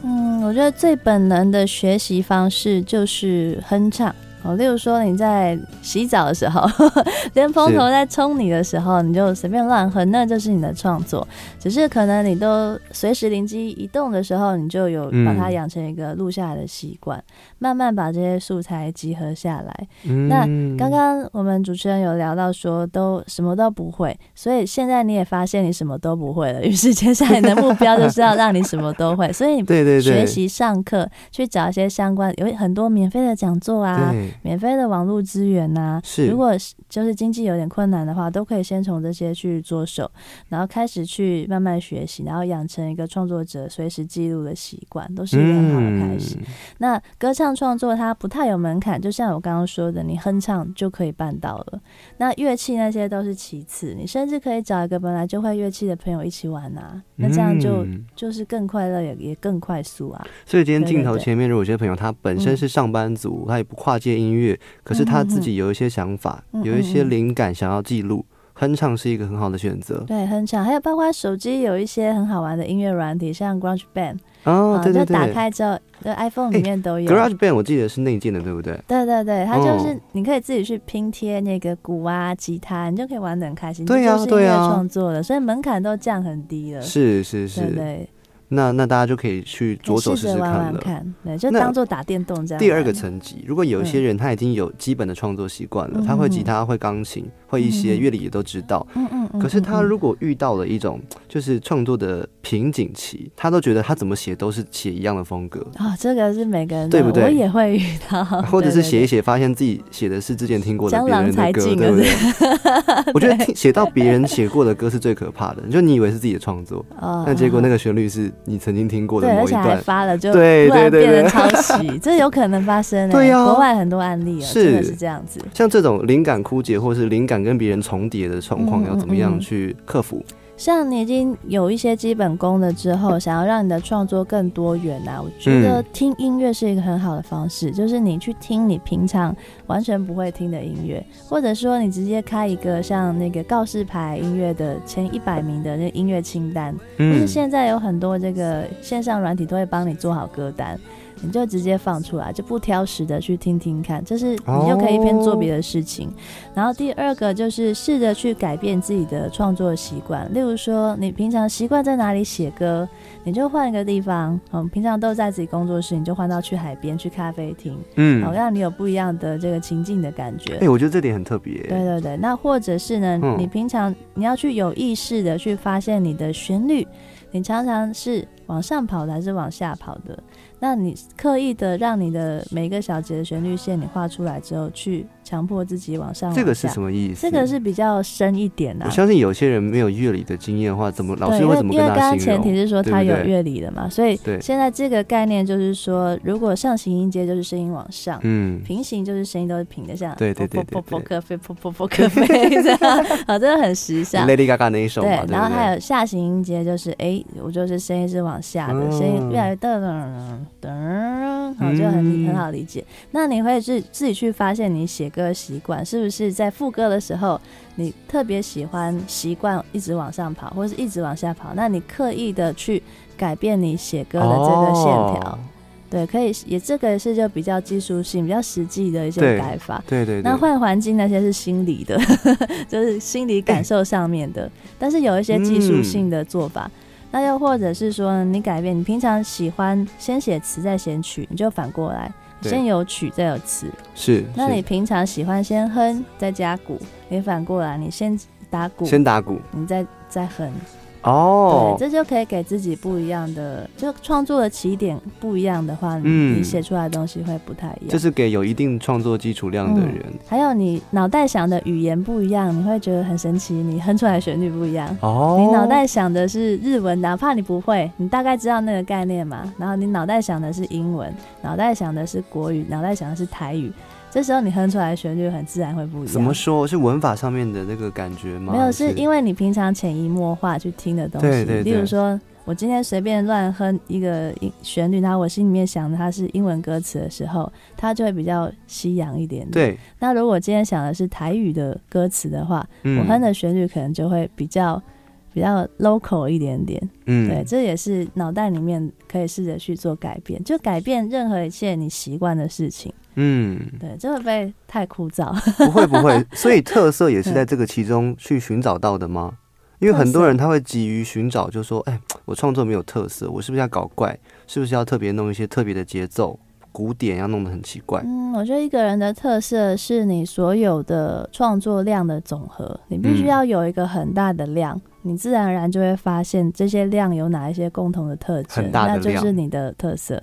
嗯，我觉得最本能的学习方式就是哼唱。哦，例如说你在洗澡的时候， 连蓬头在冲你的时候，你就随便乱哼，那就是你的创作。只是可能你都随时灵机一动的时候，你就有
嗯
把它养成一个录下来的习惯，慢慢把这些素材集合下来。
嗯，
那刚刚我们主持人有聊到说，都什么都不会，所以现在你也发现你什么都不会了。于是接下来你的目标就是要让你什么都会，所以你
对对对，
学习上课，去找一些相关，有很多免费的讲座啊，
对
免费的网络资源呐、
是
如果是就是经济有点困难的话，都可以先从这些去着手，然后开始去慢慢学习，然后养成一个创作者随时记录的习惯，都是一个很好的开始。
嗯
那歌唱创作它不太有门槛，就像我刚刚说的，你哼唱就可以办到了。那乐器那些都是其次，你甚至可以找一个本来就会乐器的朋友一起玩啊，那这样就、
嗯
就是更快乐，也也更快速啊。
所以今天镜头
对对嗯对
前面，如果有些朋友他本身是上班族，他也不跨界音乐，可是他自己有一些想法，
嗯嗯嗯嗯
有一些灵感想要记录，哼唱是一个很好的选择。
对，很巧。还有包括手机有一些很好玩的音乐软体，像 Grunge Band，
哦
啊，
对对
就打
对
开之后，就 iPhone 里面都有。
，Garage Band 我记得是内建的，对不对？
对对对，它就是
哦
你可以自己去拼贴那个鼓啊、吉他，你就可以玩的很开心。
对
呀、
啊
就是音
对
乐
啊
创作了，所以门槛都降很低了。
是是
对
是。
对，
那那大家就可以去着手
试
试
着
试
玩
看
玩
了。
看，对，就
那
当做打电动这样玩。
第二个层级，如果有一些
嗯
人他已经有基本的创作习惯了，
嗯
他会吉他、会钢琴、会一些
嗯
乐理也都知道，
嗯，嗯嗯
可是他
嗯
如果遇到了一种就是创作的瓶颈期，他都觉得他怎么写都是写一样的风格，
嗯哦，这个是每个人
对
都
不对
我也会遇到，
或者
哦对
是
对
写一写发现自己写的是之前听过的
江
别
郎
人
才
的歌，
尽啊
对
了
不对？ 我觉得听写到别人写过的歌是最可怕的，就你以为是自己的创作，
对哦，
但结果那个旋律是你曾经听过的
对，而
某一
且还
段。
发了，就突
对
然
对对
变成
对
抄袭，这有可能发 生欸。
对呀
国外很多案例啊，
是
真的是这样子。
像这种灵感枯竭，或是灵感跟别人重叠的状况，
嗯
要怎么样去克服？
像你已经有一些基本功了之后，想要让你的创作更多元啊，我觉得
嗯
听音乐是一个很好的方式，就是你去听你平常完全不会听的音乐，或者说你直接开一个像那个告示牌音乐的前一百名的那音乐清单，
嗯
或是现在有很多这个线上软体都会帮你做好歌单，你就直接放出来，就不挑食的去听听看，就是你就可以一边做别的事情。然后第二个就是试着去改变自己的创作习惯，例如说你平常习惯在哪里写歌，你就换一个地方，嗯，平常都在自己工作室，你就换到去海边、去咖啡厅，
嗯
好让你有不一样的这个情境的感觉
哎、。我觉得这点很特别、
对对对，那或者是呢，
嗯
你平常你要去有意识的去发现你的旋律，你常常是往上跑的还是往下跑的？那你刻意的让你的每个小节的旋律线你画出来之后，去强迫自己往上
这个
往
是
下
什么意思？
这个是比较深一点啊
我。相信有些人没有乐理的经验的话，怎么老
对，
师
因
会
为
怎么
因为
跟
刚
他
刚
形
前提
容？
是说
对
他
不
有
对
乐理的嘛，所以
对
现在这个概念就是说，如果上行音阶就是声音往上，
嗯，
平行就是声音都是平的，像
对对对
噗噗
对
噗
对
咖啡噗噗噗咖啡 这样，好，真的很时尚。
Lady Gaga 那一首嘛，对不对？
然后还有下行音阶，就是哎，我就是声音是往下
嗯
的，声音越来越噔噔噔噔，好，就
嗯
很很好理解。那你会自自己去发现你写歌的习惯，是不是在副歌的时候，你特别喜欢习惯一直往上跑，或是一直往下跑？那你刻意的去改变你写歌的这个线条，
哦
对，可以也这个是就比较技术性、比较实际的一些
对
改法。
对对对，
那换环境那些是心理的， 就是心理
哎
感受上面的，但是有一些技
嗯
术性的做法。那又或者是说，你改变你平常喜欢先写词再写曲，你就反过来，
对
先有曲再有词。
是，
那
是
你平常喜欢先哼再加鼓，你反过来，你先打鼓，
先打鼓
你再再哼，
哦，
对，这就可以给自己不一样的，就创作的起点不一样的话，你
嗯
你写出来的东西会不太一样。
就是给有一定创作基础量的
嗯
人。
还有你脑袋想的语言不一样，你会觉得很神奇，你哼出来的旋律不一样。
哦，
嗯你脑袋想的是日文，哪怕你不会，你大概知道那个概念嘛。然后你脑袋想的是英文，脑袋想的是国语，脑袋想的是台语。这时候你哼出来的旋律很自然会不一样。
怎么说？是文法上面的那个感觉吗？
没有，是因
为
为你平常潜移默化去听的东西。
对对
例如
对
说，我今天随便乱哼一个音旋律，然后我心里面想的它是英文歌词的时候，它就会比较西洋一点点。
对，
那如果今天想的是台语的歌词的话，
嗯
我哼的旋律可能就会比较比较 local 一点点。
嗯
对，这也是脑袋里面可以试着去做改变，就改变任何一切你习惯的事情。
嗯，
对，这会不会太枯燥？
不会不 会，所以特色也是
嗯
在这个其中去寻找到的吗？因为很多人他会急于寻找，就说：“哎，我创作没有特色，我是不是要搞怪？是不是要特别弄一些特别的节奏？鼓点要弄得很奇怪。
嗯，我觉得一个人的特色是你所有的创作量的总和，你必须
嗯
要有一个很大的量，你自然而然就会发现这些量有哪一些共同的特质
很，大
那
的
就
量
是你的特色。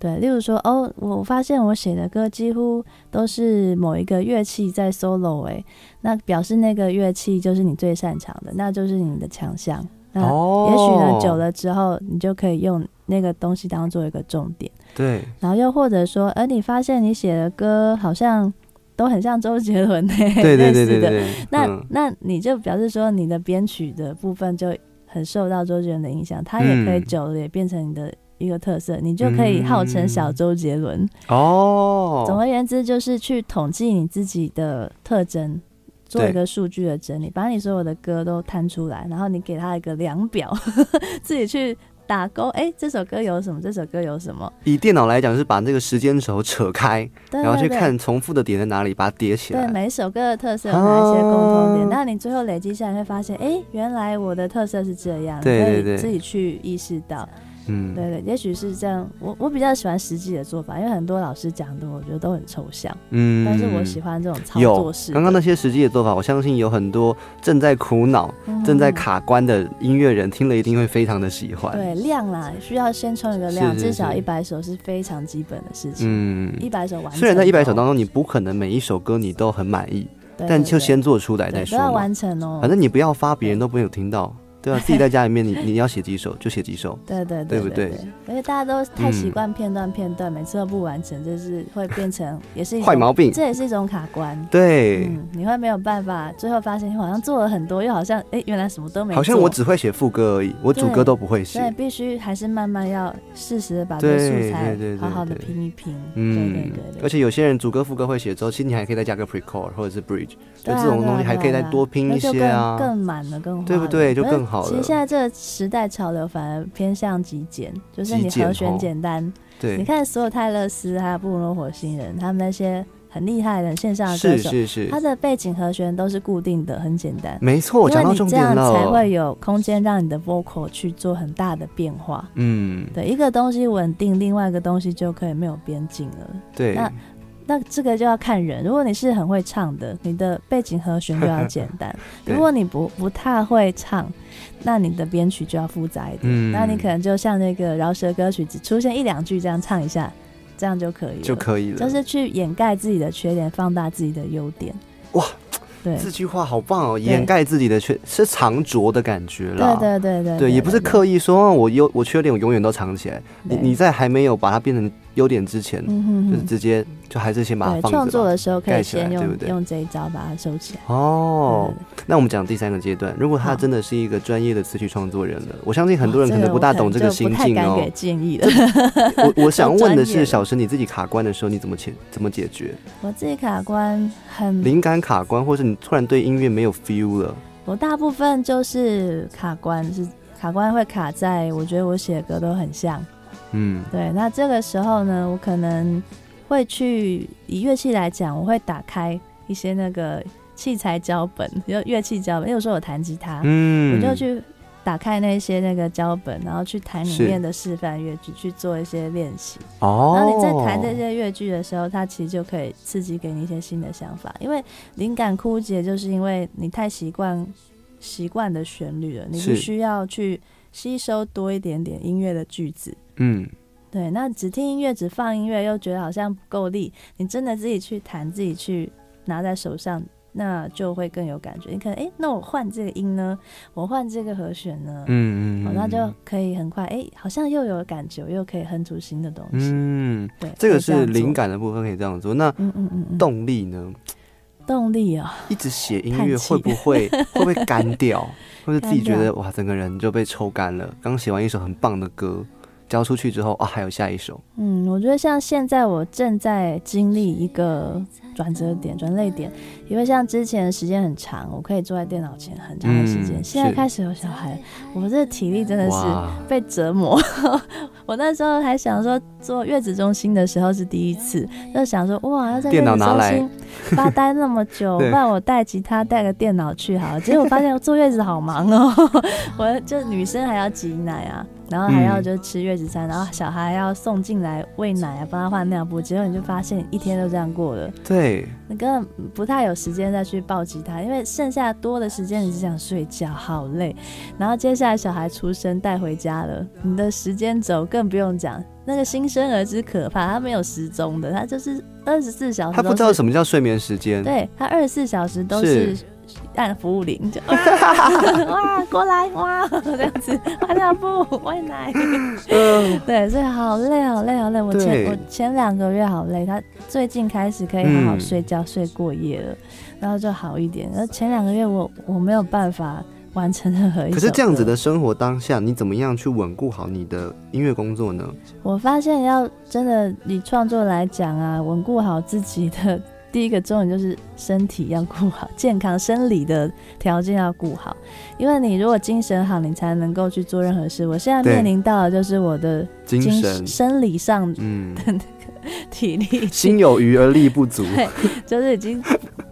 对，例如说，哦，我发现我写的歌几乎都是某一个乐器在 solo，哎、那表示那个乐器就是你最擅长的，那就是你的强项。那
哦
嗯也许呢，久了之后，你就可以用那个东西当做一个重点。
对，
然后又或者说，哎、你发现你写的歌好像都很像周杰伦 呢、
对对
类
对
似
对
的
对对，
那、
嗯
那你就表示说，你的编曲的部分就很受到周杰伦的影响，它也可以
嗯
久了也变成你的一个特色，你就可以号称小周杰伦。总
嗯哦，
而言之，就是去统计你自己的特征。做
对
一个数据的整理，把你所有的歌都摊出来，然后你给它一个量表， 自己去打勾。哎、这首歌有什么？这首歌有什么？
以电脑来讲，是把这个时间轴扯开，
对
然后去
对对
看重复的点在哪里，把它叠起
对
来。
每一首歌的特色有哪一些共同点？
啊
那你最后累积下来会发现，哎、原来我的特色是这样，
对对
你可以
对
自己去意识到。
嗯，
对对，也许是这样。我我比较喜欢实际的做法，因为很多老师讲的，我觉得都很抽象，
嗯
但是我喜欢这种操
有
作式的。
刚刚那些实际的做法，我相信有很多正在苦恼、
嗯
正在卡关的音乐人听了一定会非常的喜欢。，
对量啦，需要先冲一个量，
是是
至少
是
一百首是非常基本的事情。
嗯，
一百首完成哦，
虽然在一百首当中你不可能每一首歌你都很满意，
对，
但
对
就
对
先做出来再
对
说
都要
嘛。
完成哦。
反正你不要发，别人都没有听到，对啊，自己在家里面你你要写几首就写几首。
对对
对
对
不对
对，而且大家都太习
嗯
惯片段片段，每次都不完成，就是会变成也是一
坏
种
毛病
这也是一种卡关。
对，
嗯，你会没有办法，最后发现你好像做了很多，又好像哎原来什么都没做，
好像我只会写副歌而已，我主歌
对
都不会
所以
写。
必须还是慢慢要适时的把这
对
个素
对对对
材好好的
对
拼一拼。对
嗯
对对，对
而且有些人主歌副歌会写之后，其实你还可以再加个 pre c o r e 或者是 bridge，就
对啊
这种
对啊
东西还可以
对
再
啊
多拼
那
一
就
些啊。
更更满了，更花
对不
了
对就
可是
更好
其
了
实现在这个时代潮流反而偏向极简，就是
极
你
简
和弦
哦
简单。
对，
你看所有泰勒斯还有布鲁诺火星人，他们那些很厉害的线上的歌
是
手，
是是
他，的背景和弦都是固定的，很简单。
没错，
因
讲
为
到
你
重
这
点
样才
了
会。有空间让你的 vocal 去做很大的变化。
嗯，
对，一个东西稳定，另外一个东西就可以没有边境了。
对，
那那这个就要看人。如果你是很会唱的，你的背景和弦就要简 单；
对
如果你不不太会唱，那你的编曲就要复杂一点。
嗯
那你可能就像那个饶舌歌曲，只出现一两句这样唱一下，这样就可以了。
就可以了。
就是去掩盖自己的缺点，放大自己的优点。
哇，
对，
这句话好棒哦，掩盖自己的缺是藏拙的感觉啦。
对对对对
对，也不是
刻
刻意说哦我优我缺点我永远都藏起来。你
对
你在还没有把它变成优点之前，
嗯哼
就是
哼。
直接就还是先把它
对，
放
创
着
作
吧。
的时候可
盖
以
起来
先用
对不对
用这一招把它收起来。
哦
对，
那我们讲第三个阶段，如果他
好
真的是一个专业的词曲创作人了，我相信很多人
哇
可能
个
不
我
大懂这个
就
心
不太
境
敢
哦
给。建议的。
我我想问的
专业
是，
了
小石你自己卡关的时候，你怎么解怎么解决？
我自己卡关很，
灵感卡关，或是你突然对音乐没有 feel 了？
我大部分就是卡关是卡关会卡在，我觉得我写的歌都很像。
嗯，
对，那这个时候呢，我可能会去以乐器来讲，我会打开一些那个器材脚本，就乐器脚本。因为有时候我弹吉他，
嗯，
我就去打开那些那个脚本，然后去弹里
是
面的示范乐句，去做一些练习。
哦，
然后你在弹这些乐句的时候，它其实就可以刺激给你一些新的想法，因为灵感枯竭，就是因为你太习惯习惯的旋律了，你
是
必须要去吸收多一点点音乐的句子。
嗯，
对，那只听音乐、只放音乐，又觉得好像不够力，你真的自己去弹，自己去拿在手上。那就会更有感觉。你可能哎、诶那我换这个音呢？我换这个和弦呢？
嗯嗯，
哦
嗯
那就可以很快哎、诶好像又有感觉，我又可以哼出新的东西。
嗯，
对，
这
可
个
以
是
样做
灵感的部分可以这样做。那
嗯嗯嗯嗯，
动力呢？
动力啊、
一直写音
叹
乐
气
会不会 会不会干 掉？或者自己觉
干
得
掉
哇，整个人就被抽干了？刚写完一首很棒的歌，交出去之后啊，还有下一首，
嗯，我觉得像现在我正在经历一个转折点、转泪点，因为像之前时间很长，我可以坐在电脑前很长的时间，
嗯
现在
是
开始有小孩，我这体力真的是
哇，
被折磨。 我那时候还想说，做月子中心的时候是第一次，就想说哇，要在月
电
子
脑拿
中
来
心 发呆那么久，不
对
然我带吉他带个电脑去好了。结果发现坐月子好忙哦，我就女生还要挤奶啊，然后还要
嗯
就吃月子餐，然后小孩还要送进来喂奶啊，帮他换尿布。结果你就发现一天都这样过了，
对，
你根本不太有时间再去抱吉他，因为剩下多的时间你只想睡觉，好累。然后接下来小孩出生带回家了，你的时间轴更不用讲。那个新生儿之可怕，他没有时钟的，他就是二十四小时，
他不知道什么叫睡眠时间，
对他二十四小时都是
是
按服务铃，就 哇哇过来哇 这样子，换尿布喂奶，对，所以好累好累好累。我前
嗯对
我前两个月好累，他最近开始可以好好
嗯
睡觉、睡过夜了，然后就好一点。然后前两个月我我没有办法完成任何一首
可是这样子
歌
的生活当下，你怎么样去稳固好你的音乐工作呢？
我发现要真的以创作来讲啊，稳固好自己的 第一个重点就是身体要顾好，健康生理的条件要顾好。因为你如果精神好，你才能够去做任何事。我现在
对
面临到的就是我的
精
精
神，
生理上
嗯，
体力已经
心有余而力不足，
对，就是已经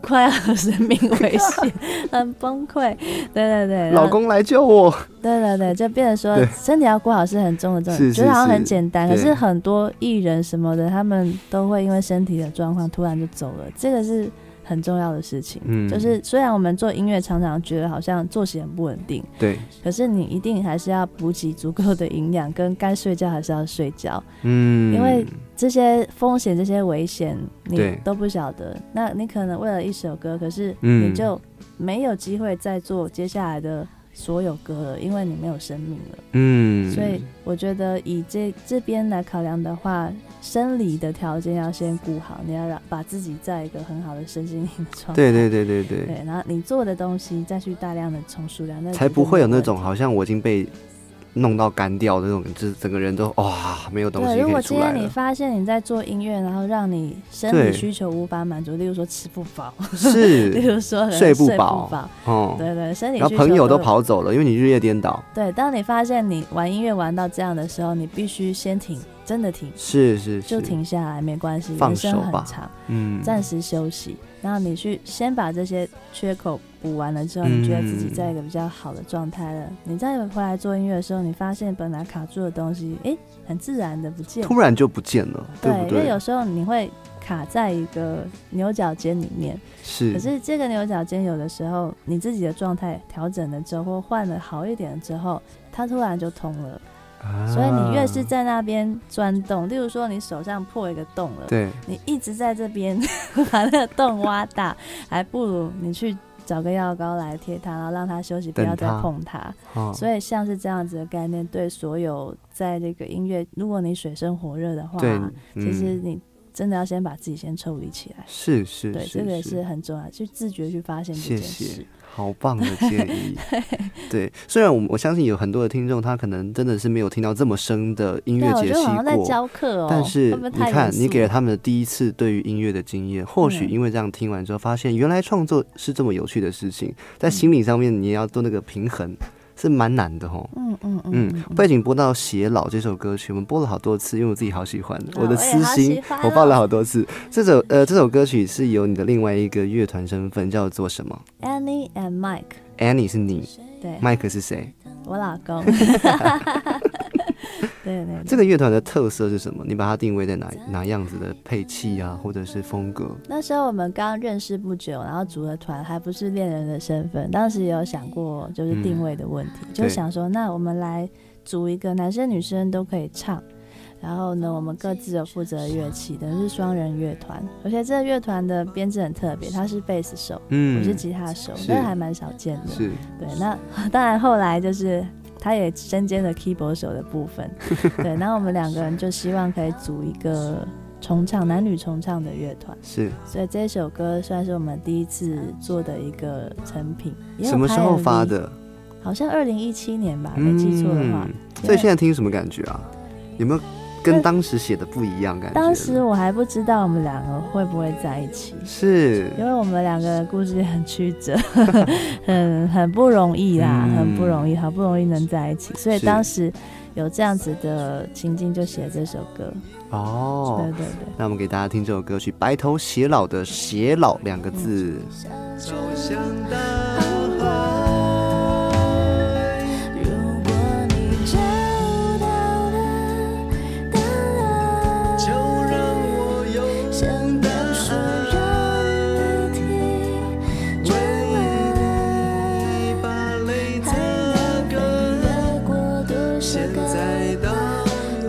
快要有生命危险，很崩溃。对对对，
老公来救我，
对对对，就变成说
对
身体要顾好是很重的重点，
是
觉得好像
是
很简单，可
对
是很多艺人什么的，他们都会因为身体的状况突然就走了，这个是很重要的事情。
嗯
就是虽然我们做音乐常常觉得好像作息很不稳定，
对，
可是你一定还是要补给足够的营养，跟该睡觉还是要睡觉，
嗯，
因为这些风险、这些危险你
对
都不晓得。那你可能为了一首歌，可是
嗯
你就没有机会再做接下来的所有歌了，因为你没有生命了。
嗯，
所以我觉得以这这边来考量的话，生理的条件要先顾好，你要让把自己在一个很好的身心灵的状态。
对对对对对，
对，然后你做的东西再去大量的重数量，那
才不会有那种
就没问题
好像我已经被弄到干掉的那种，就是整个人都哇没有东
对，
西
如
可
果
以
今
出来
天你
了。
发现你在做音乐，然后让你生理
对
需求无法满足，例如说吃不饱， 例
是
如说可能
睡
不
不饱哦，
对对，生理需
然
求
后朋友都
有。
跑走了，因为你日夜颠倒。
对，当你发现你玩音乐玩到这样的时候，你必须先停，真的停，
是是是，
就停下来，没关系，人
放
生
手
很
吧
长，
嗯，
暂时休息。然后你去先把这些缺口补完了之后，你觉得自己在一个比较好的状态了，你再回来做音乐的时候，你发现本来卡住的东西，哎，很自然的不见了。
突然就不见了，对不
因为有
对？
时候你会卡在一个牛角尖里面，
是
可是这个牛角尖有的时候你自己的状态调整了之后，或换了好一点之后，它突然就通了。所以你越是
啊
在那边钻洞，例如说你手上破一个洞了，
对
你一直在这边 把那个洞挖大，还不如你去。找个药膏来贴它，然后让它休息，不
等
要再
它
碰它。
哦，
所以像是这样子的概念，对所有在这个音乐，如果你水深火热的话，
对，
其实
嗯
你真的要先把自己先抽离起来，
是是
对，
是
这个也是很重要，去自觉去发现这
谢
件
谢
事。，
好棒的 建议。对，虽然我我相信有很多的听众，他可能真的是没有听到这么深的音
对
乐
啊，我
解
觉得好像在
析过。
教课哦，
但是
会不会
你
太
看
严，肃
你给了
了
他们的第一次对于音乐的经验，或许
嗯
因为这样听完之后，发现原来创作是这么有趣的事情，
嗯
在心理上面你也要做那个平衡，是蛮难的吼。
嗯嗯嗯
嗯，背景播到《偕老》这首歌曲，我们播了好多次，因为我自己好喜欢，
哦
我的私
我也好喜
心
欢哦
我放了好多次。这首呃，这首歌曲是由你的另外一个乐团身份叫做什么
Annie and Mike，
？Annie 是你
对
，Mike 是谁？
我老 公，对对对。
这个乐团的特色是什么？你把它定位在哪哪样子的配器啊，或者是风格？
那时候我们刚认识不久，然后组了团，还不是恋人的身份。当时也有想过就是定位的问题，就
对
想说，那我们来组一个男生女生都可以唱，然后呢，我们各自有负责的乐器，等于是双人乐团。而且这个乐团的编制很特别，他是贝斯手，
嗯
我是吉他手，
是
那还蛮少见的。
是
对，那当然后来就是他也身兼了 keyboard 手的部 分。对，那我们两个人就希望可以组一个重唱男女重唱的乐团。
是，
所以这首歌算是我们第一次做的一个成品，也有
什么时候
拍 MV
发？的？
好像二零一七年吧，没记错的话。
嗯，
因
所
为
以现在听什么感觉啊？有没有跟当时写的不一样感觉？
呃当时我还不知道我们两个会不会在一起，
是
因为我们两个的故事很曲折， 很很不容易啦，
嗯
很不容易，好不容易能在一起，所以
是
当时有这样子的情境，就写这首歌。
哦，
对对对。
那我们给大家听这首歌曲《白头偕老》的“偕老”两个字。
如果你找到了答案，就让我用想要说让你听，为你把泪擦干，越过多少个我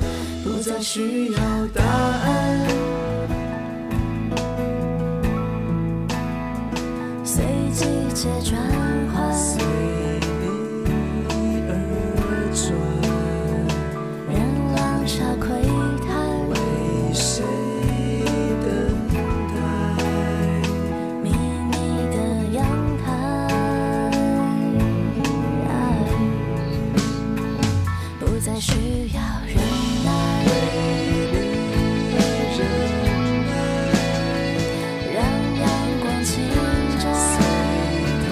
们不再需要答案。随季节转换，随你而转，让浪潮窥探，为谁等待？秘密的阳台，不再需要忍耐，为你忍耐。让阳光侵照，随它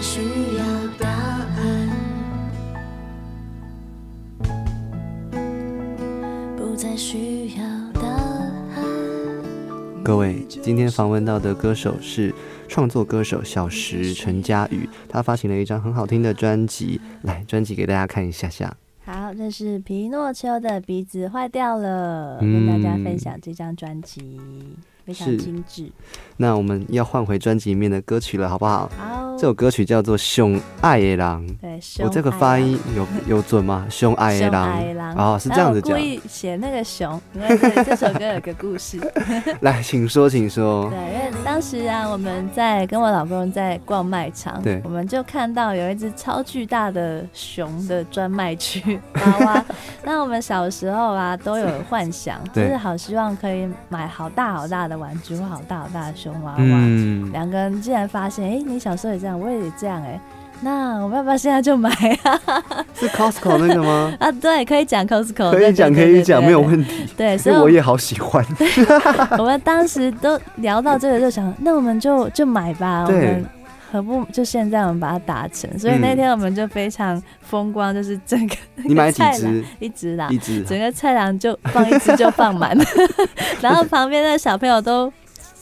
需要答案，不再需要答案。
各位，今天访问到的歌手是创作歌手小石陈佳宇，他发行了一张很好听的专辑，来，专辑给大家看一下下。
好，这是皮诺丘的鼻子坏掉了，
嗯
跟大家分享这张专辑，非常
是
精致。
那我们要换回专辑里面的歌曲了，好不好？
好，
这首歌曲叫做《熊爱的狼》，
对，
我哦这个发音有有 准吗？熊爱的
熊
狼
啊爱的狼
哦，是这样子
然后我
讲
故。意写那个熊，因为这这首歌有个故 事。
来，请说，请说
对，。因为当时啊，我们在跟我老公在逛卖场，
对
我们就看到有一只超巨大的熊的专卖区娃 娃。那我们小时候啊，都有幻想，就
对
是好希望可以买好大好大的玩具或好大好大的熊娃娃。
嗯，
两个人竟然发现，哎、你小时候也这样，我也这样、哎，那我们要不要现在就买啊？？
是 Costco 那个吗
啊，哦对，可以讲 Costco，
可以讲，可以讲，没有问题。
题。对，所以
因为
我
我
们
也好 喜欢。
我们当时都聊到这个，就想，那我们就就买吧，我
对嗯
们。何不就现在我们把它打成？所以那天我们就非常风光，就是整个
你买几
菜篮
只？
一只啦，
一只。啊
整个菜篮就放一只就放满， 然后旁边的小朋友都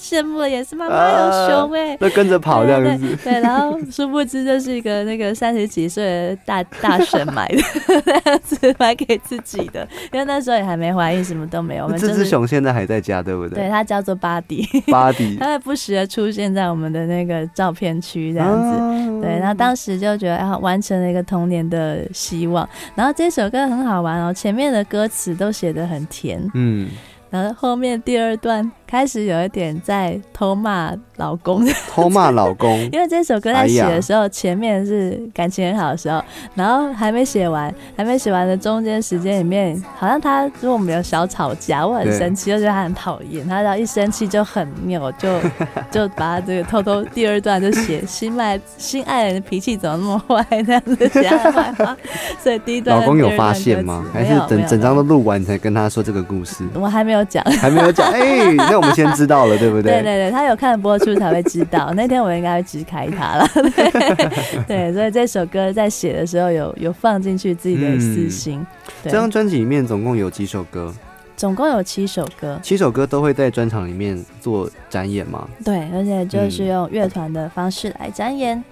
羡慕的也是妈妈
啊
有熊哎、
那跟着跑这
对
样
对
子。
对，然后殊不知这是一个那个三十几岁的大大婶买的， 那样子买给自己的，因为那时候也还没怀孕，什么都没有。我
那
们
这
就
只
是
熊现在还在家，对不
对
对？
它叫做巴迪，
巴迪
它会不时的出现在我们的那个照片区这样子。
子
对，然后当时就觉得啊，完成了一个童年的希望。然后这首歌很好玩哦，前面的歌词都写得很甜，
嗯，
然后后面第二段开始有一点在偷骂老公
偷骂老公
因为这首歌在
哎
写的时候，前面是感情很好的时候，然后还没写完，还没写完的中间时间里面，好像他如果我们有小吵架，我很
对
生气，就觉得他很讨厌，他然后一生气就很拗，就 就把他这个偷偷第二段就写心爱心爱人的脾气怎么那么坏这样 子写他坏话，所以第一段
老
跟
公
第
有
二段
发
歌
现
词
吗？还
没
是
有没
等
有
整张都录完你才跟他说这个 故事？
我还没有讲。
还没有讲，哎，那我们先知道了，对不
对对
对？
对，他有看播出才会知道。 那天我应该会支开他了。 对对，所以这首歌在写的时候有有放进去自己的私心。
这张
对，
专辑里面总共有几首歌？
总共有七首歌，
七首歌都会在专场里面做展演吗？
对，而且就是用乐团的方式来展演。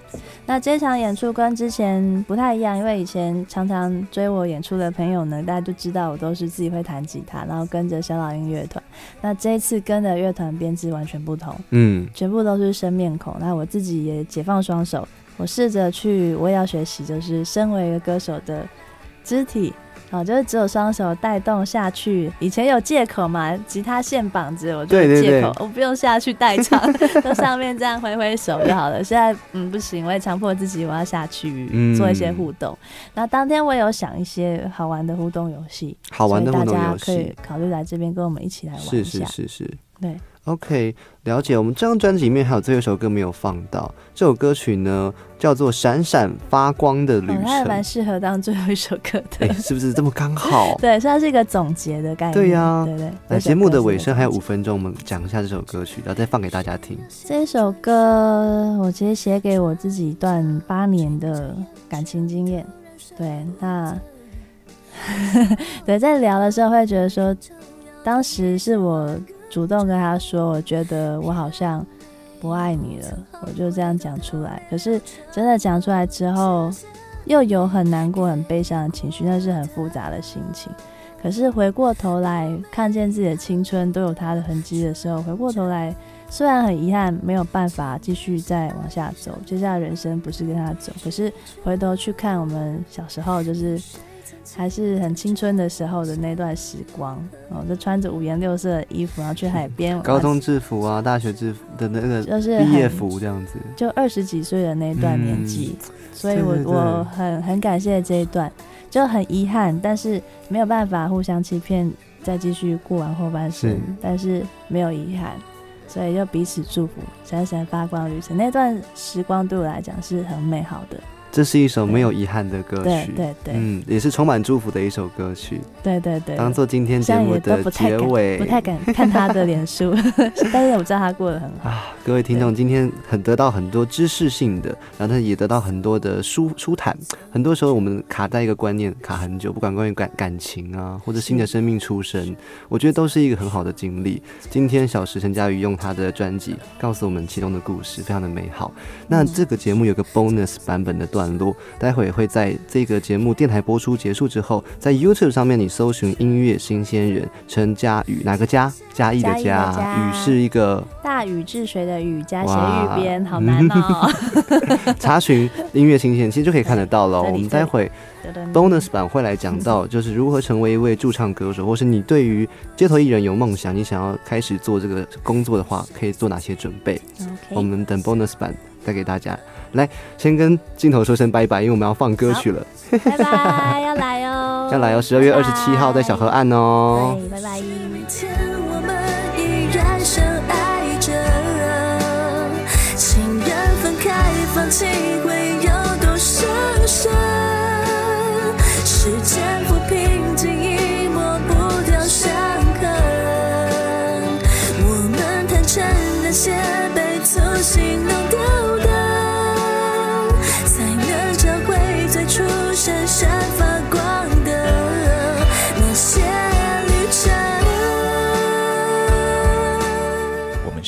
那这场演出跟之前不太一样，因为以前常常追我演出的朋友呢，大家都知道我都是自己会弹吉他，然后跟着小老鹰乐团。那这一次跟的乐团编制完全不同。
嗯，
全部都是生面孔。那我自己也解放双手，我试着去，我也要学习，就是身为一个歌手的肢体。啊，就是只有双手带动下去。以前有借口嘛，吉他线绑着，我就
对
有
对
借口，
对
我不用下去代唱，就上面这样挥挥手就好了。现在嗯不行，我也强迫自己，我要下去、
嗯
做一些互动。那当天我有想一些好玩的互动游戏，
好玩的互
所
动
以大
游
家可以
戏，
考虑来这边跟我们一起来玩一下。
是是是是，
对。
OK，了解。我们这张专辑里面还有最后一首歌没有放到，这首歌曲呢叫做《闪闪发光的旅
哦，它还
程
蛮》。适合当最后一首歌的。
哎、是不是这么刚好？
对，算是一个总结的概念。
对呀
对对。
来，
这首
节目
歌
的
是
尾
一个
声还有
总
五
结
分钟，我们讲一下这首歌曲，然后再放给大家听。
这首歌，我其实写给我自己一段八年的感情经验。对，那 对在聊的时候会觉得说，当时是我主动跟他说，我觉得我好像不爱你了，我就这样讲出来。可是真的讲出来之后，又有很难过、很悲伤的情绪，那是很复杂的心情。可是回过头来看见自己的青春都有它的痕迹的时候，回过头来虽然很遗憾没有办法继续再往下走，接下来人生不是跟他走，可是回头去看我们小时候，就是还是很青春的时候的那段时光，哦，就穿着五颜六色的衣服，然后去海边，
高中制服啊，大学制服的那个
就是
毕业
很
服这样子。
就二十几岁的那段年纪，所以我
嗯对对对
我很很感谢这一段，就很遗憾，但是没有办法互相欺骗，再继续过完后半生，
是
但是没有遗憾，所以就彼此祝福，闪闪发光的旅程。那段时光对我来讲是很美好的，
这是一首没有遗憾的歌
对
曲，
对对
嗯，也是充满祝福的一首歌曲，
对对对，
当做今天节
现在
目
也都
的
不太
结
敢，
尾
不太敢看他的脸 书，但是我知道他过得很好。
啊。各位听众，今天很得到很多知识性的，然后呢也得到很多的舒舒坦。很多时候我们卡在一个观念卡很久，不管关于感感情啊，或者新的生命出生，我觉得都是一个很好的经历。今天小石陈佳瑜用他的专辑告诉我们其中的故事，非常的美好。那这个节目有个 bonus 版本的段落，待会也会在这个节目电台播出结束之后，在 YouTube 上面你搜寻“音乐新鲜人”陈佳宇，哪个佳？嘉义的
嘉义的
嘉，
嘉
宇是一个
大禹治水的禹加斜
哇
玉边，好难哦。
查询音乐新鲜，其实就可以看得到了。
这里
我们待会 bonus 版会来讲到，就是如何成为一位驻唱歌手，或是你对于街头艺人有梦想，你想要开始做这个工作的话，可以做哪些准备？我
OK，
们等 bonus 版再给大家。来，先跟镜头说声拜拜，因为我们要放歌曲了，
拜拜，要来哦，
要来哦，十二月二十七号在小河岸哦。
对，拜拜。
明天我们依然相爱着，情人分开放弃会有多伤神？时间抚平记忆，抹不掉伤痕。我们坦诚那些被粗心弄丢的，才能找回最初闪闪发光的那些旅程。
我们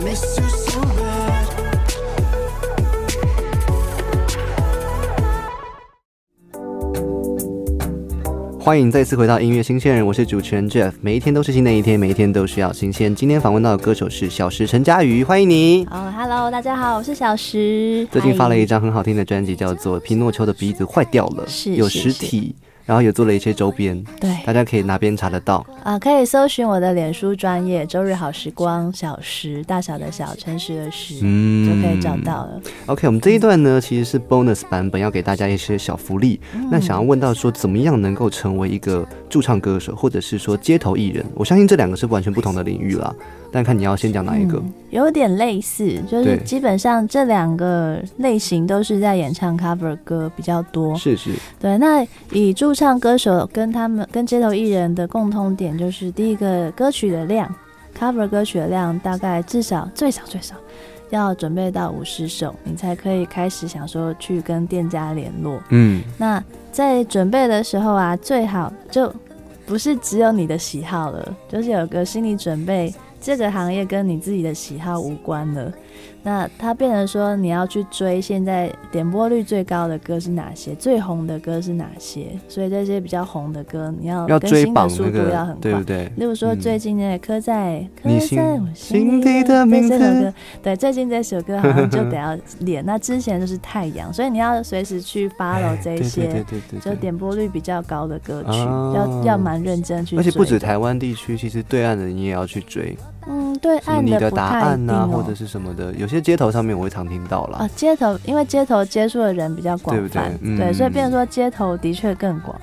miss you so bad。
欢迎再次回到音乐新鲜人，我是主持人 Jeff。每一天都是新的一天，每一天都需要新鲜。今天访问到的歌手是小石陈佳瑜，欢迎你。
哦，Hello，大家好，我是小石。
最近
嗨
发了一张很好听的专辑，叫做《皮诺丘的鼻子坏掉了》，
是
有
是
实
是
体，然后也做了一些周边，
哎对
大家可以哪边查得到？
啊、可以搜寻我的脸书专业“周日好时光”，小石大小的小，诚实的实，
嗯
就可以找到了。
OK，我们这一段呢其实是 bonus 版本，要给大家一些小福利。
嗯
那想要问到说，怎么样能够成为一个驻唱歌手，或者是说街头艺人？我相信这两个是完全不同的领域啦，但看你要先讲哪一个。
有点类似，就是
对
基本上这两个类型都是在演唱 cover 歌比较多。
是是，
对，那以驻唱歌手跟他们跟街头艺人的共通点就是，第一个歌曲的量，cover 歌曲的量大概至少最少最少要准备到五十首，你才可以开始想说去跟店家联络。
嗯，
那在准备的时候啊，最好就不是只有你的喜好了，就是有个心理准备，这个行业跟你自己的喜好无关了。那它变成说，你要去追现在点播率最高的歌是哪些，最红的歌是哪些，所以这些比较红的歌，你要
要
哦更
追
新的
榜
速
那
度要
个
很，快。
对不对？
例如说
嗯
最近的《刻在刻
你心
在我心
心
底
底的名
这首
字
歌，对，最近这首歌好像就得要练。那之前就是太阳，所以你要随时去 follow 这一
哎对对
些
对对对
就
对
点播率比较高的歌曲，
啊
要要蛮认真去追的。
而且不止台湾地区，其实对岸的你也要去追，
嗯，对
什么
岸
你的
不
答
太一
案
定
呐、
哦。
或者是什么的，有些街头上面我会常听到啦。
啊，街头因为街头接触的人比较广
对不对
泛，
嗯
所以变成说街头的确更广。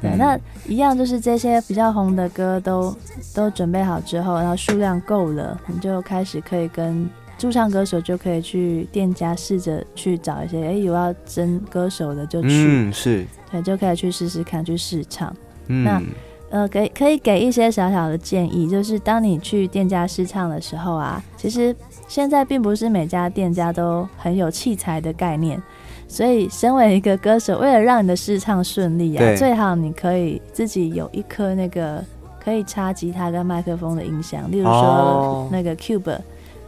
对，
嗯
那一样就是这些比较红的歌都都准备好之后，然后数量够了，你就开始可以跟驻唱歌手就可以去店家试着去找一些，哎，有要争歌手的就去，
嗯，是，
对，就可以去试试看，去试唱。那
嗯，
呃，给可以给一些小小的建议，就是当你去店家试唱的时候啊，其实现在并不是每家店家都很有器材的概念，所以身为一个歌手，为了让你的试唱顺利啊，
对
最好你可以自己有一颗那个可以插吉他跟麦克风的音响，例如说
哦
那个 Cube、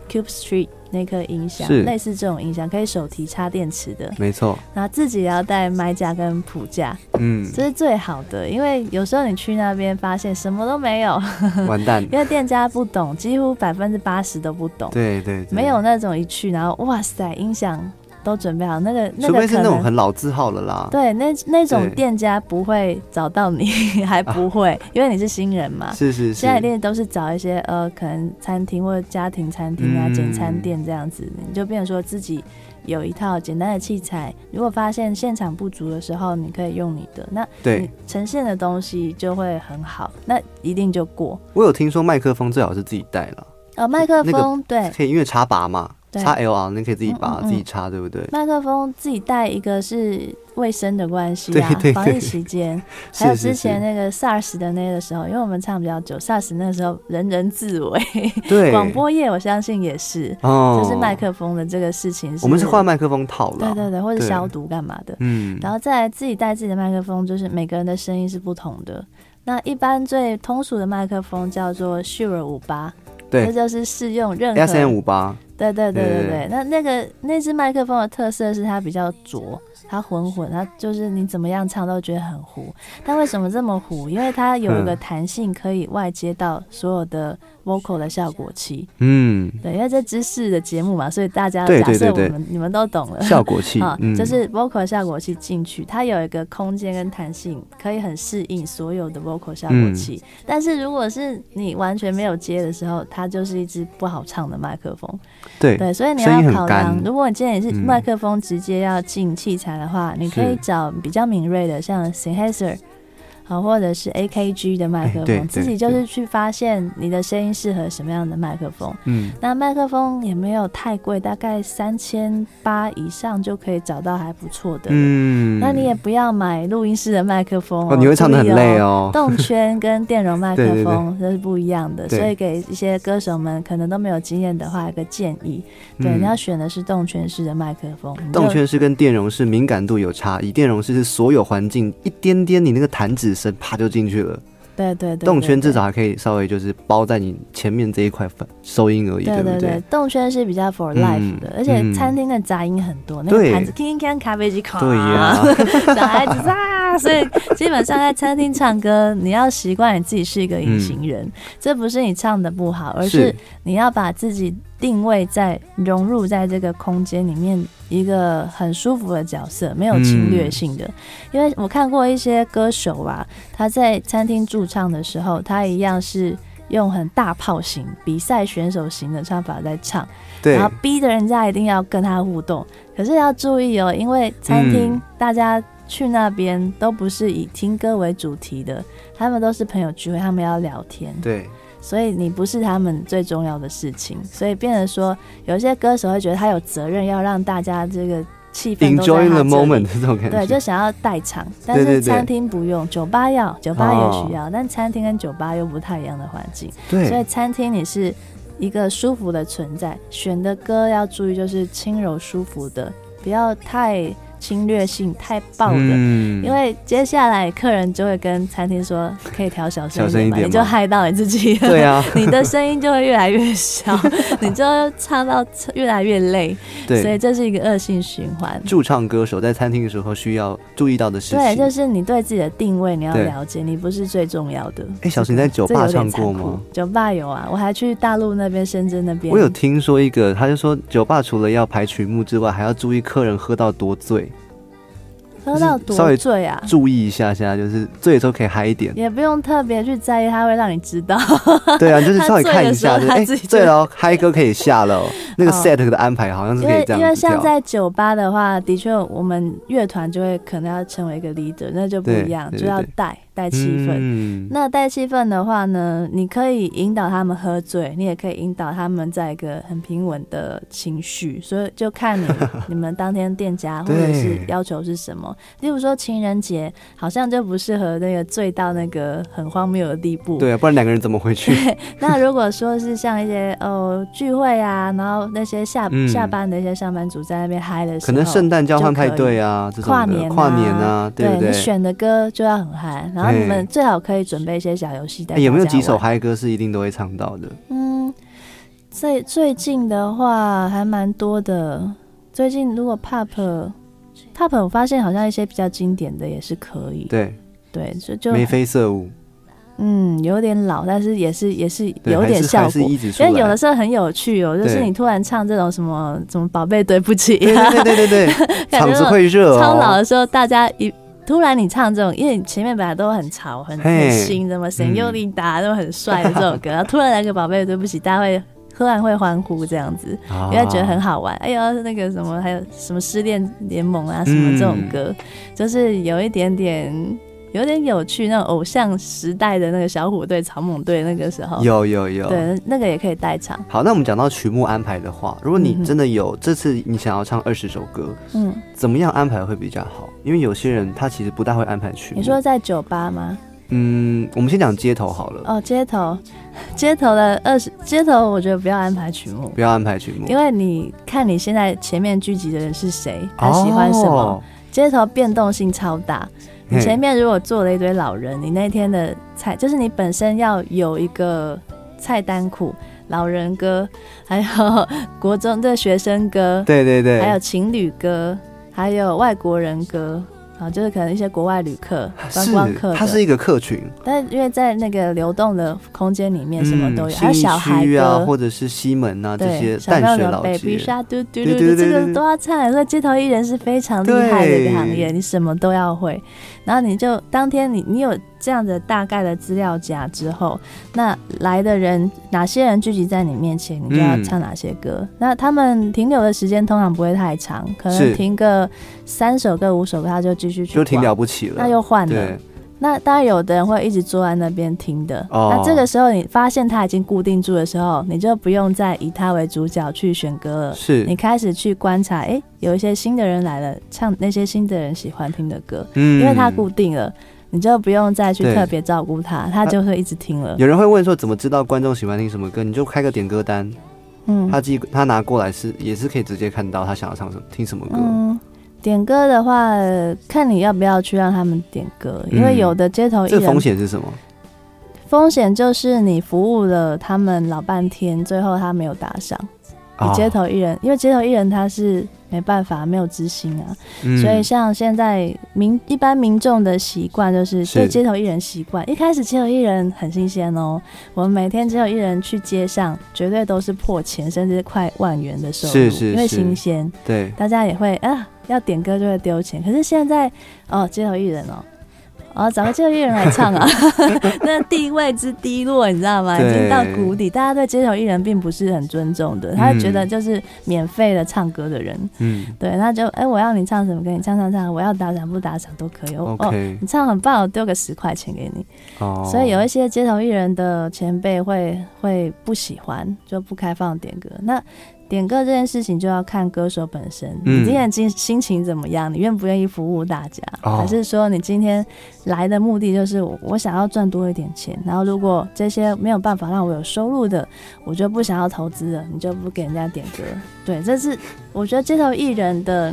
Cube Street 那颗音响
是，
类似这种音响可以手提插电池的，
没错，
然后自己也要带麦架跟谱架。
嗯，
这是最好的，因为有时候你去那边发现什么都没有，
完蛋，
因为店家不懂，几乎百分之八十都不懂，
对对对，
没有那种一去然后哇塞音响都准备好，那个那
除
个
非是
可
那种
能
很老字号了啦。
对那那种
对啊
店家不会找到你， 还不会，因为你是新人嘛。
是是是，
现在一定都是找一些呃，可能餐厅或者家庭餐厅啊、
嗯
简餐店这样子，你就变成说自己有一套简单的器材。如果发现现场不足的时候，你可以用你的，那
对
你呈现的东西就会很好，那一定就过。
我有听说麦克风最好是自己带了，
呃，麦克
那个
风、对，
可以因为插拔嘛，
对
插 L R 那可以自己拔
嗯嗯嗯
自己插，对不对？
麦克风自己带一个是卫生的关系啊，
对对
防疫
对
期 间，
是
还有
是
之前
是
那个 SARS 的那个时候，因为我们唱比较久，SARS 那个时候人人自危，
对
广播业我相信也是，
哦
就是麦克风的这个事情，
我们是换，麦克风套了，
对对对，或者
对
消毒干嘛的，
嗯，
然后再来自己带自己的麦克风，就是每个人的声音是不同的。那一般最通俗的麦克风叫做 Shure 五八，这
对
就是适用任何
S M 五八，
对对对对
对
对，那那个那只麦克风的特色是它比较浊，它浑浑，它就是你怎么样唱都觉得很糊。但为什么这么糊？因为它有一个
嗯
弹性，可以外接到所有的 vocal 的效果器。
嗯，
对，因为这知识的节目嘛，所以大家
对
假
对
设
对
我
对
们你们都懂了。
效果 器
啊，，
嗯，
就是 vocal 效果器进去，它有一个空间跟弹性，可以很适应所有的 vocal 效
嗯
果器。但是如果是你完全没有接的时候，它就是一支不好唱的麦克风。
对
对，所以你
声
要
音很
考量
干，
如果你今天也是
嗯
麦克风直接要进器材的话，你可以
是
找比较敏锐的，像 Sennheiser。好，或者是 AKG 的麦克
哎对
风，自
对
己就
对
是去发现你的声音适合什么样的麦克风。
嗯，
那麦克风也没有太贵，大概三千八以上就可以找到还不错的。
嗯，
那你也不要买录音室的麦克风、
哦你会唱得很累哦
注意 动圈跟电容麦克
对对
风这是不一样的，
对
所以给一些歌手们可能都没有经验的话，一个建议，对，
嗯
你要选的是动圈式的麦克风。你就
动圈式跟电容式敏感度有差异，电容式是所有环境一点点你那个弹指声啪就进去了，
对对对，对
动圈
对
至少还可以稍微就是包在你前面这一块收音而已，
对
不
对，？动圈是比较 for
嗯
life 的，而且
嗯
餐厅的杂音很多，那个
对
盘子叮叮咖啡机卡，
对呀
小孩子啊， 所以基本上在餐厅唱歌，你要习惯你自己是一个隐形人，这不是你唱的不好，而是
嗯是
你要把自己定位在融入在这个空间里面一个很舒服的角色，没有侵略性的。
嗯
因为我看过一些歌手啊，他在餐厅驻唱的时候，他一样是用很大炮型、比赛选手型的唱法在唱，
对
然后逼着人家一定要跟他互动。可是要注意哦，因为餐厅、
嗯
大家去那边都不是以听歌为主题的，他们都是朋友聚会，他们要聊天。
对，
所以你不是他们最重要的事情，所以变成说，有些歌手会觉得他有责任要让大家这个气氛都在
enjoy
他
the
这里
moment 这种感觉，
对，就想要代唱，但
对
是
对对
餐厅不用，酒吧要，酒吧也需要，但餐厅跟酒吧又不太一样的环境，
对
所以餐厅你是一个舒服的存在，选的歌要注意就是轻柔舒服的，不要太侵略性、太爆的。
嗯
因为接下来客人就会跟餐厅说，可以调小声
小声
一点
一
嘛，
点
你就
吗
害到你自己了。
对 啊
你的声音就会越来越 小，你就唱到越来越累。
对
所以这是一个恶性循环。
驻唱歌手在餐厅的时候需要注意到的事情。
对，就是你对自己的定位你要
对
了解，你不是最重要的。
哎，小石你在酒
这
吧
有点
唱
残
过
酷
吗？？
酒吧有啊，我还去大陆那边、深圳那边。
我有听说一个，他就说酒吧除了要排曲目之外，还要注意客人喝到多醉，
喝到
稍
多
微
醉啊，
注意一下下，就是醉的时候可以嗨 一点。
也不用特别去在意，他会让你知道。
对啊，就是稍微看一
他
下，
醉的时
就
候
哎、
他自己就
醉了哦，嗨歌可以下了 哦、那个
哦
set 的安排好像是
因
可以
为
这样子跳。
因为像在酒吧的话，的确我们乐团就会可能要成为一个 leader，那就不一样，
对对
就要
对
带带气氛。
嗯
那带气氛的话呢，你可以引导他们喝醉，你也可以引导他们在一个很平稳的情绪，所以就看 你你们当天店家或者是
对
要求是什么。例如说情人节，好像就不适合那个醉到那个很荒谬的地步。
对啊，不然两个人怎么回去？
那如果说是像一些哦聚会啊，然后那些下、
嗯
下班的一些上班族在那边嗨的时候，
可能圣诞交换派
就可以
对啊，这种
跨
的
年、
跨年啊，
对
不对？
你选的歌就要很嗨，然后你
嘿
们最好可以准备一些小游戏带、
哎有没有几首？嗨歌是一定都会唱到的？
嗯，最最近的话还蛮多的。最近如果 pop pop，我发现好像一些比较经典的也是可以。
对，
对，就就
眉飞色舞，
嗯，有点老，但是也是也是
对
有
还
点
是
效
还是
果。
一直出
因为有
来
的时候很有趣哦，就是
对
你突然唱这种什么什么宝贝对不起、
对
啊，
对对对对
感
场
觉
子会热哦。
超老的时候，大家一突然你唱这种，因为你前面本来都很潮、很很
嘿
新，什么谁又力达都很帅的这种歌，然后突然来个宝贝对不起，大家会突然会欢呼这样子，
啊
因为觉得很好玩。哎呦，那个什么，还有什么失恋联盟啊，什么这种歌，
嗯
就是有一点点。有点有趣，那种偶像时代的那个小虎队、草蜢队，那个时候
有有有。
对，那个也可以代唱。
好，那我们讲到曲目安排的话，如果
嗯
你
哼
真的有、这次你想要唱二十首歌，
嗯，
怎么样安排会比较好？因为有些人他其实不大会安排曲目。
你说在酒吧吗？
嗯，我们先讲街头好了，
哦，街头， 街头的二十，街头我觉得不要安排曲目，
不要安排曲目，
因为你看你现在前面聚集的人是谁，他喜欢什么，
哦
街头变动性超大。你
嘿
前面如果坐了一堆老人，你那天的菜就是你本身要有一个菜单库，老人歌，还有国中的学生歌，
对对对，
还有情侣歌，还有外国人歌，啊，就是可能一些国外旅客、观光客的，
啊是它是一个客群，
但是因为在那个流动的空间里面，什么都有，还有
信义
小孩
区
歌，
嗯啊，或者是西门啊这些
对，小
淡
朋友
水
的
老
baby
街，
沙嘟嘟嘟
对
嘟，
对对
这个
对
都要唱。所以街头艺人是非常厉害的一个
对
行业，你什么都要会。然后你就当天你你有这样的大概的资料夹之后，那来的人哪些人聚集在你面前，你就要
嗯
唱哪些歌。那他们停留的时间通常不会太长，可能
是
停个三首歌、五首歌，他就继续去
就挺
逛
了不起了。
那又换了
对。
那当然，有的人会一直坐在那边听的。
哦
那这个时候你发现他已经固定住的时候，你就不用再以他为主角去选歌了。
是
你开始去观察，诶，有一些新的人来了，唱那些新的人喜欢听的歌，
嗯
因为他固定了，你就不用再去
对
特别照顾他，他就会一直听了。
有人会问说怎么知道观众喜欢听什么歌？你就开个点歌单，
嗯
他记他拿过来是也是可以直接看到他想要唱什么听什么歌。
嗯，点歌的话，呃看你要不要去让他们点歌，因为
嗯
有的街头艺
这
人
风险是什么？
风险就是你服务了他们老半天，最后他没有打赏。你
啊
街头艺人，因为街头艺人他是没办法没有执行啊，
嗯
所以像现在民一般民众的习惯就是
是
对街头艺人习惯。一开始街头艺人很新鲜哦，我们每天街头艺人去街上，绝对都是破千甚至快万元的收入，
是是
因为
是
新鲜，
对
大家也会啊要点歌就会丢钱。可是现在哦，街头艺人哦。哦，找个街头艺人来唱 啊，那地位之低落，你知道吗？已经
对
到谷底，大家对街头艺人并不是很尊重的，他觉得就是免费的唱歌的人，
嗯
对，那就哎、我要你唱什么，给你唱唱唱，我要打赏不打赏都可以。哦哦，
，OK，
你唱很棒，我丢个十块钱给你。
哦，
所以有一些街头艺人的前辈会会不喜欢，就不开放点歌。那点歌这件事情就要看歌手本身，
嗯
你今天的心心情怎么样，你愿不愿意服务大家，
哦
还是说你今天来的目的就是我我想要赚多一点钱，然后如果这些没有办法让我有收入的，我就不想要投资了，你就不给人家点歌。对，这是我觉得街头艺人的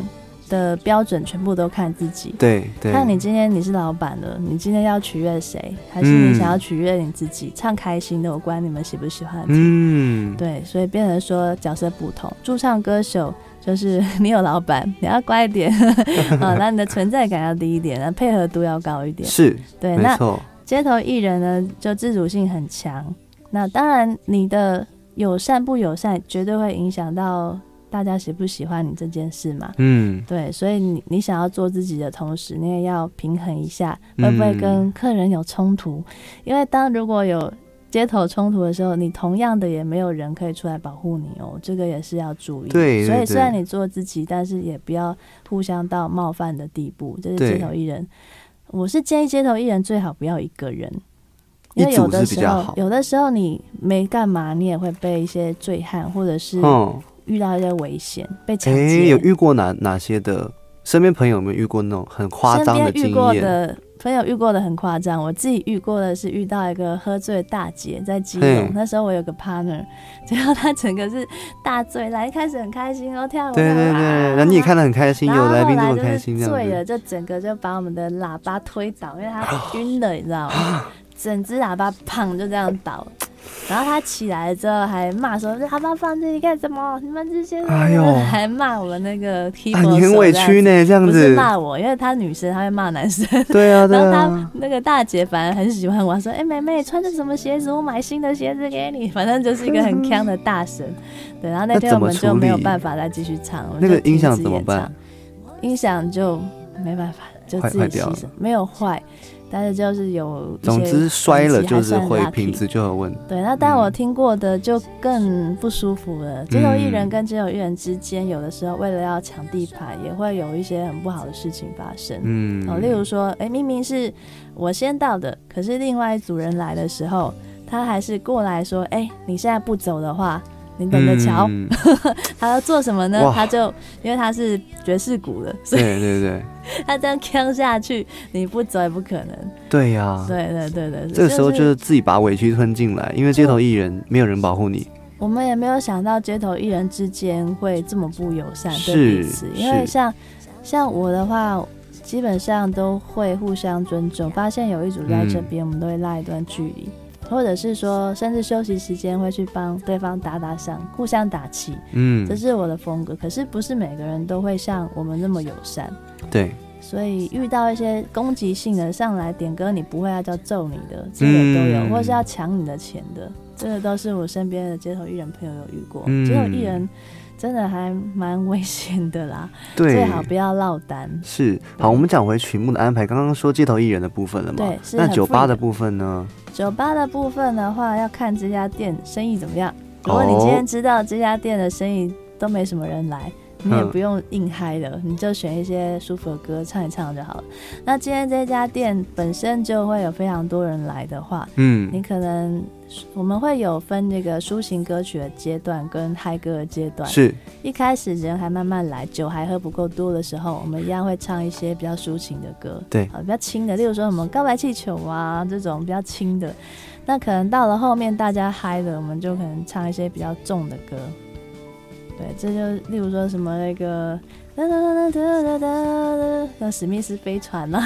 的标准全部都看自己。
对对，
看你今天你是老板了，你今天要取悦谁，还是你想要取悦你自己？唱开心的，我管你们喜不喜欢听。
嗯，
对，所以变成说角色不同，驻唱歌手就是 你有老板，你要乖一点， 啊、那你的存在感要低一点，那配合度要高一点。
是
对，
没
那
错，
街头艺人呢，就自主性很强。那当然，你的友善不友善，绝对会影响到大家喜不喜欢你这件事嘛。
嗯
对，所以你你想要做自己的同时，你也要平衡一下，会不会
嗯
跟客人有冲突？因为当如果有街头冲突的时候，你同样的也没有人可以出来保护你哦，这个也是要注意。
对对
所以
对
虽然你做自己，但是也不要互相到冒犯的地步，这是街
对
头艺人。我是建议街头艺人最好不要一个人。因为
一组
有的
是比
时
较
候
好，
有的时候你没干嘛，你也会被一些醉汉或者是
嗯，
遇到一些危险，被抢
哎、
劫。
有遇过哪哪些的？身边朋友有没有遇过那种很夸
身
张
边
经
遇过
验？
的朋友遇过的很夸张，我自己遇过的是遇到一个喝醉的大姐在基隆
嘿，
那时候我有个 partner，结 果她整个是大醉来，一开始很开心哦，跳舞，
对对对，然后你也看得很开心，
然
有
后
来
后
宾都
来
很
就
开
是
心这样
醉了，
子。啊
就整个就把我们的
哦
喇叭推倒，因为她晕了，你知道吗？整只喇叭砰就这样倒，然后他起来了之后还骂说：“阿爸放这里干什么？你们这些人！”
哎呦
还骂我那个 keyboard
啊，你很
手
委
这样
屈呢，这样
不是
子。
骂我，因为她女生，她会骂男生。
对啊，对
然后
啊
她。那个大姐反而很喜欢我，她说：“哎、妹妹穿着什么鞋子？我买新的鞋子给你。”反正就是一个很强的大神。对，然后那
那
天
怎
我
么
们就
处
没有
理
办法再继续唱，我们
那个
就停
音响
止
怎么
演
办
唱？音响就没办法，就
坏
自
坏
己
掉
牺
了
牲，没有坏，但是就是有一些
总
品质
之摔了
还
就是
算
会
lucky
品质就有问题。
对，那但我
嗯
听过的就更不舒服了。街头艺人跟街头艺人之间，有的时候为了要抢地盘，也会有一些很不好的事情发生。
嗯
哦，例如说，哎、明明是我先到的，可是另外一组人来的时候，他还是过来说，哎、你现在不走的话，你等着瞧。
嗯
他要做什么呢？
哇
他就因为他是爵士鼓的， 所以
对对对，
他这样呛下去，你不走也不可能。
对呀。
对对对对，
啊这个时候
就
就是是自己把委屈吞进来，因为街头艺人没有人保护你。
我们也没有想到街头艺人之间会这么不友善对彼
是
此，因为
是
像像我的话，基本上都会互相尊重。发现有一组在这边，我们都会拉一段距离，或者是说，甚至休息时间会去帮对方打打赏，互相打气，
嗯
这，是我的风格。可是不是每个人都会像我们那么友善。
对，
所以遇到一些攻击性的上来点歌，你不会要啊叫揍你的，这个都有，
嗯
或是要抢你的钱的，这个都是我身边的街头艺人朋友有遇过。
嗯
街头艺人真的还蛮危险的啦，
对，
最好不要落单。
是好，我们讲回曲目的安排。刚刚说街头艺人的部分了嘛？
对是
那
很
酒
free
吧
的
的部分呢？
酒吧的部分的话，要看这家店生意怎么样。
哦
如果你今天知道这家店的生意都没什么人来，你也
嗯
不用硬嗨了，你就选一些舒服的歌唱一唱就好了。那今天这家店本身就会有非常多人来的话，
嗯
你可能我们会有分这个抒情歌曲的阶段跟嗨歌的阶段。
是
一开始人还慢慢来，酒还喝不够多的时候，我们一样会唱一些比较抒情的歌，
对
啊，比较轻的，例如说什么告白气球啊这种比较轻的。那可能到了后面大家嗨了，我们就可能唱一些比较重的歌。对，这就例如说什么那个。哒哒哒哒哒哒哒，像史密斯飞船 啦、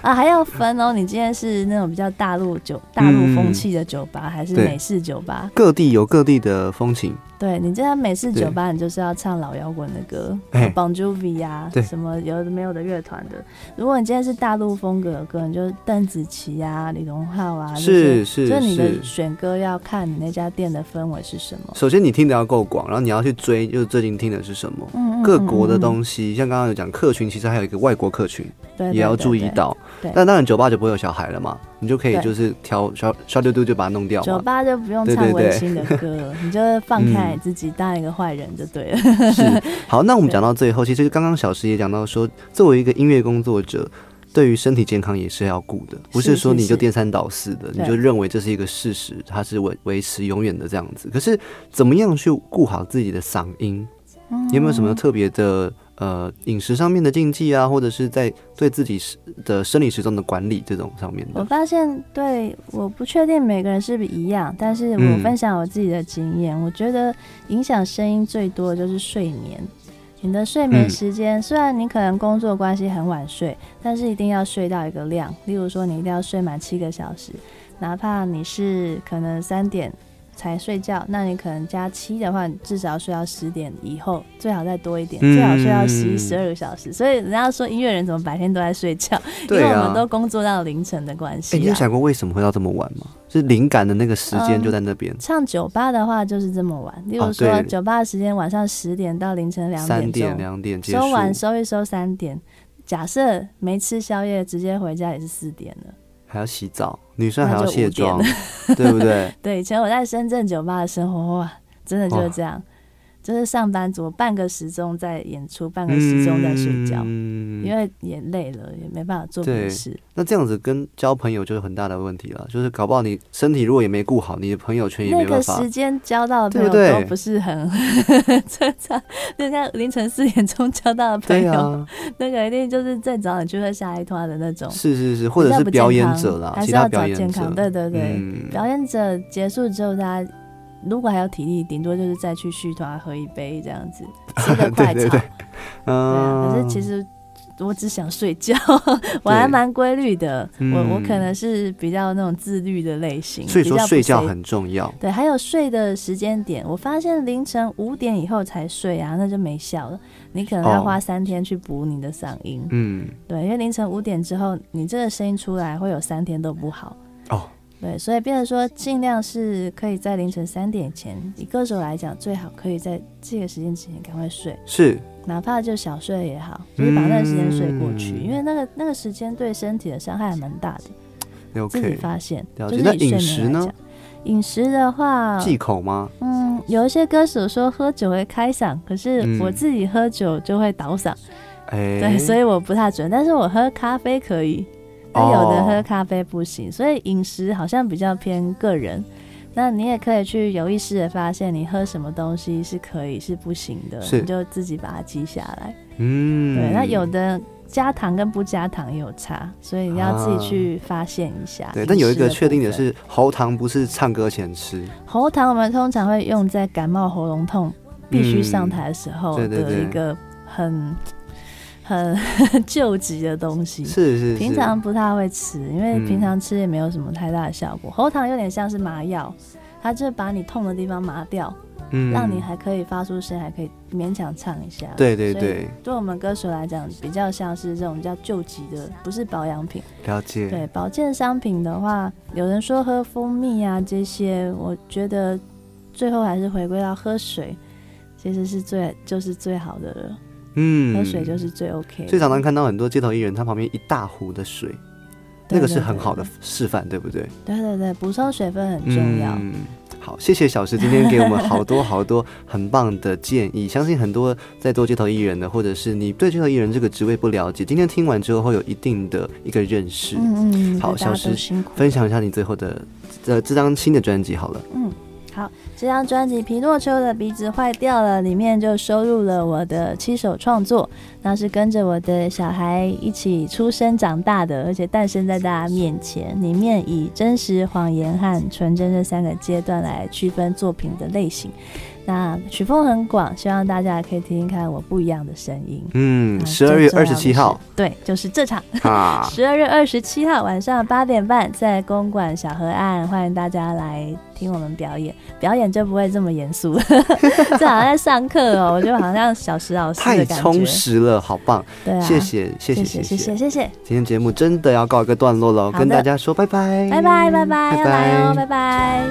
啊，还要分哦。你今天是那种比较大陆酒、大陆风气的酒吧，还是
嗯对
美式酒吧？
各地有各地的风情，
对你这样美式酒
对
吧，你就是要唱老摇滚的歌
哎
，Bon Jovi 啊，
对
什么有的没有的乐团的。如果你今天是大陆风格的歌，你就是邓紫棋啊、李荣浩啊，这些
是是
就是你的
是
选歌要看你那家店的氛围是什么。
首先你听的要够广，然后你要去追，就是最近听的是什么。
嗯，嗯
各国的
西
东西，像刚刚有讲客群，其实还有一个外国客群也要注意。
嗯嗯对对对对
到
对。
但当然酒吧就不会有小孩了嘛，你就可以
对
就是挑小小丢丢就把它弄掉
酒
嘛。
吧就不用
啊对
唱
对
违
对
心的歌 了，你就是放开
嗯
自己当一个坏人就对了。
是，好，那我们
对
讲到最后，其实刚刚小石也讲到说，作为一个音乐工作者，对于身体健康也是要顾的，不
是
是说
是
你就是颠三倒四的，你
对
就认为这是一个事实，它是维维持永远的这样子。可是怎么样去顾好自己的嗓音？你有没有什
嗯
么特别的呃饮食上面的禁忌啊，或者是在对自己时的生理时钟的管理这种上面
我
的？
发现，对，我不确定每个人是不是一样，但是我
嗯
分享我自己的经验，我觉得影响声音最多的就是睡眠。你的睡眠
嗯
时间，虽然你可能工作关系很晚睡，但是一定要睡到一个量，例如说你一定要睡满七个小时，哪怕你是可能三点才睡觉，那你可能加七的话，你至少要睡到十点以后，最好再多一点，最好睡到十一、
嗯
十二个小时。所以人家说音乐人怎么白天都在睡觉， 因
对
为
啊
我们都工作到凌晨的关系啊
哎、你
啦、
有想过为什么会到这么晚吗？是灵感的那个时间
嗯
就在那边，
唱酒吧的话就是这么晚，例如
哦
说、
对
酒吧的时间晚上十点到凌晨两
三
点
点
钟，
两点结束
收。完收一收三点。假设没吃宵夜，直接回家也是四点了。
还要洗澡，女生
那
还要
就
卸
五点
妆，对不对？
对，以前我在深圳酒吧的生活，哇，真的就是这样，就是上班族半个时钟在演出，半个时钟在睡觉，
嗯
因为也累了，也没办法做别的
对
事。
那这样子跟交朋友就是很大的问题了，就是搞不好你身体如果也没顾好，你的朋友圈也
那
没
个
办法
时。间交到的朋友
对不
都
对
不是很 正常，人家凌晨四点钟交到的朋
对
友，
啊，
那个一定就是再找你去喝下一团的那种，
是是是，或者
比较
是
不健
表演
康
者啦，
还
其
是
他
要
表
找
演
健
者
康。，对对对，
嗯，
表演者结束之后，大家如果还有体力，顶多就是再 去续团喝一杯这样子，吃个快炒。
对对对
对啊，可
嗯，
是其实我只想睡觉， 我还蛮规律的。我我可能是比较那种自律的类型，
嗯所以说
比较不
睡觉
随
很重要。
对，还有睡的时间点，我发现凌晨五点以后才睡啊，那就没效了。你可能要
哦
花三天去补你的嗓音，
嗯，
对，因为凌晨五点之后，你这个声音出来会有三天都不好。
哦，
对，所以变成说，尽量是可以在凌晨三点前，以歌手来讲，最好可以在这个时间之前赶快睡，
是
哪怕就小睡也好，就是把那个时间睡过去，
嗯
因为那个那个时间对身体的伤害还蛮大的。自己
OK。
发现，
了
就是
解那
以睡
饮食
眠来
呢
讲，饮食的话，
忌口吗？
嗯，有一些歌手说喝酒会开嗓，可是
嗯
我自己喝酒就会倒嗓，
哎、
对，所以我不太准。但是我喝咖啡可以，那
哦
有的喝咖啡不行，所以饮食好像比较偏个人。那你也可以去有意识的发现，你喝什么东西是可以是不行的，
是
你就自己把它记下来。
嗯，
对，那有的加糖跟不加糖也有差，所以你要自己去发现一下。
啊对，但有一个确
的
定的
部分嗯
是，喉糖不是唱歌前吃，
喉糖我们通常会用在感冒、喉咙痛必须上台的时候
嗯嗯对对
的一
对
个很、 很 救急的东西。
是是是，
平常不太会吃，因为
嗯
平常吃也没有什么太大的效果。喉糖有点像是麻药，它就是把你痛的地方麻掉，
嗯
让你还可以发出声，还可以勉强唱一下。
对对
所以
对，
对我们歌手来讲，比较像是这种比较救急的，不是保养品。
了解，
对保健商品的话，有人说喝蜂蜜啊这些，我觉得最后还是回归到喝水，其实是最就是最好的了，
嗯，
喝水就是最 OK 的。
所以常常看到很多街头艺人，他旁边一大壶的水，
对
那个是
对
很
对
好的示范，对不对？
对对对，补充水分很重要。
嗯好，谢谢小石今天给我们 好多好多很棒的建议，相信很多在做街头艺人的，或者是你对街头艺人这个职位不了解，今天听完之后会有一定的一个认识。
嗯嗯，嗯
好
对大
小
家都
石
辛苦。
分享一下你最后的呃这张新的专辑好了，
好，这张专辑《皮诺丘的鼻子坏掉了》里面就收录了我的七首创作，那是跟着我的小孩一起出生长大的，而且诞生在大家面前。里面以真实、谎言和纯真这三个阶段来区分作品的类型。那曲风很广，希望大家可以听听看我不一样的声音。啊
嗯，
那
十二月
最重
二
要
十
的
七
是
号，
对，就是这场。
啊，
十二月二十七号晚上八点半，在公馆小河岸，欢迎大家来听我们表演。表演就不会这么严 肃，这好像在上课哦，我就好像小石老师
太
的感
充
觉。
实了，好棒，
对啊，
谢谢谢
谢谢
谢谢
谢谢谢谢，
今天节目真的要告一个段落喽，
好
跟
的
大家说拜拜，
拜拜拜拜，要来哦，拜
拜
拜。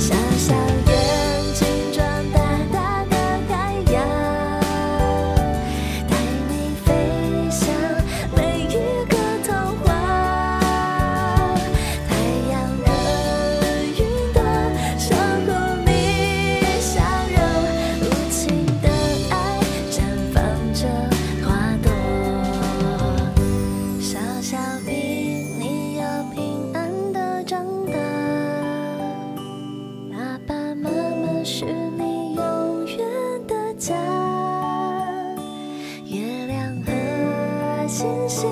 想象眼睛睁大大的海洋，带你飞向每一个童话。太阳和云朵守护你笑容，无情的爱绽放着花朵。小小兵，你要平安的长大。爸爸妈妈是你永远的家，月亮和星星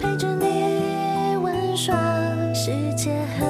陪着你玩耍，世界很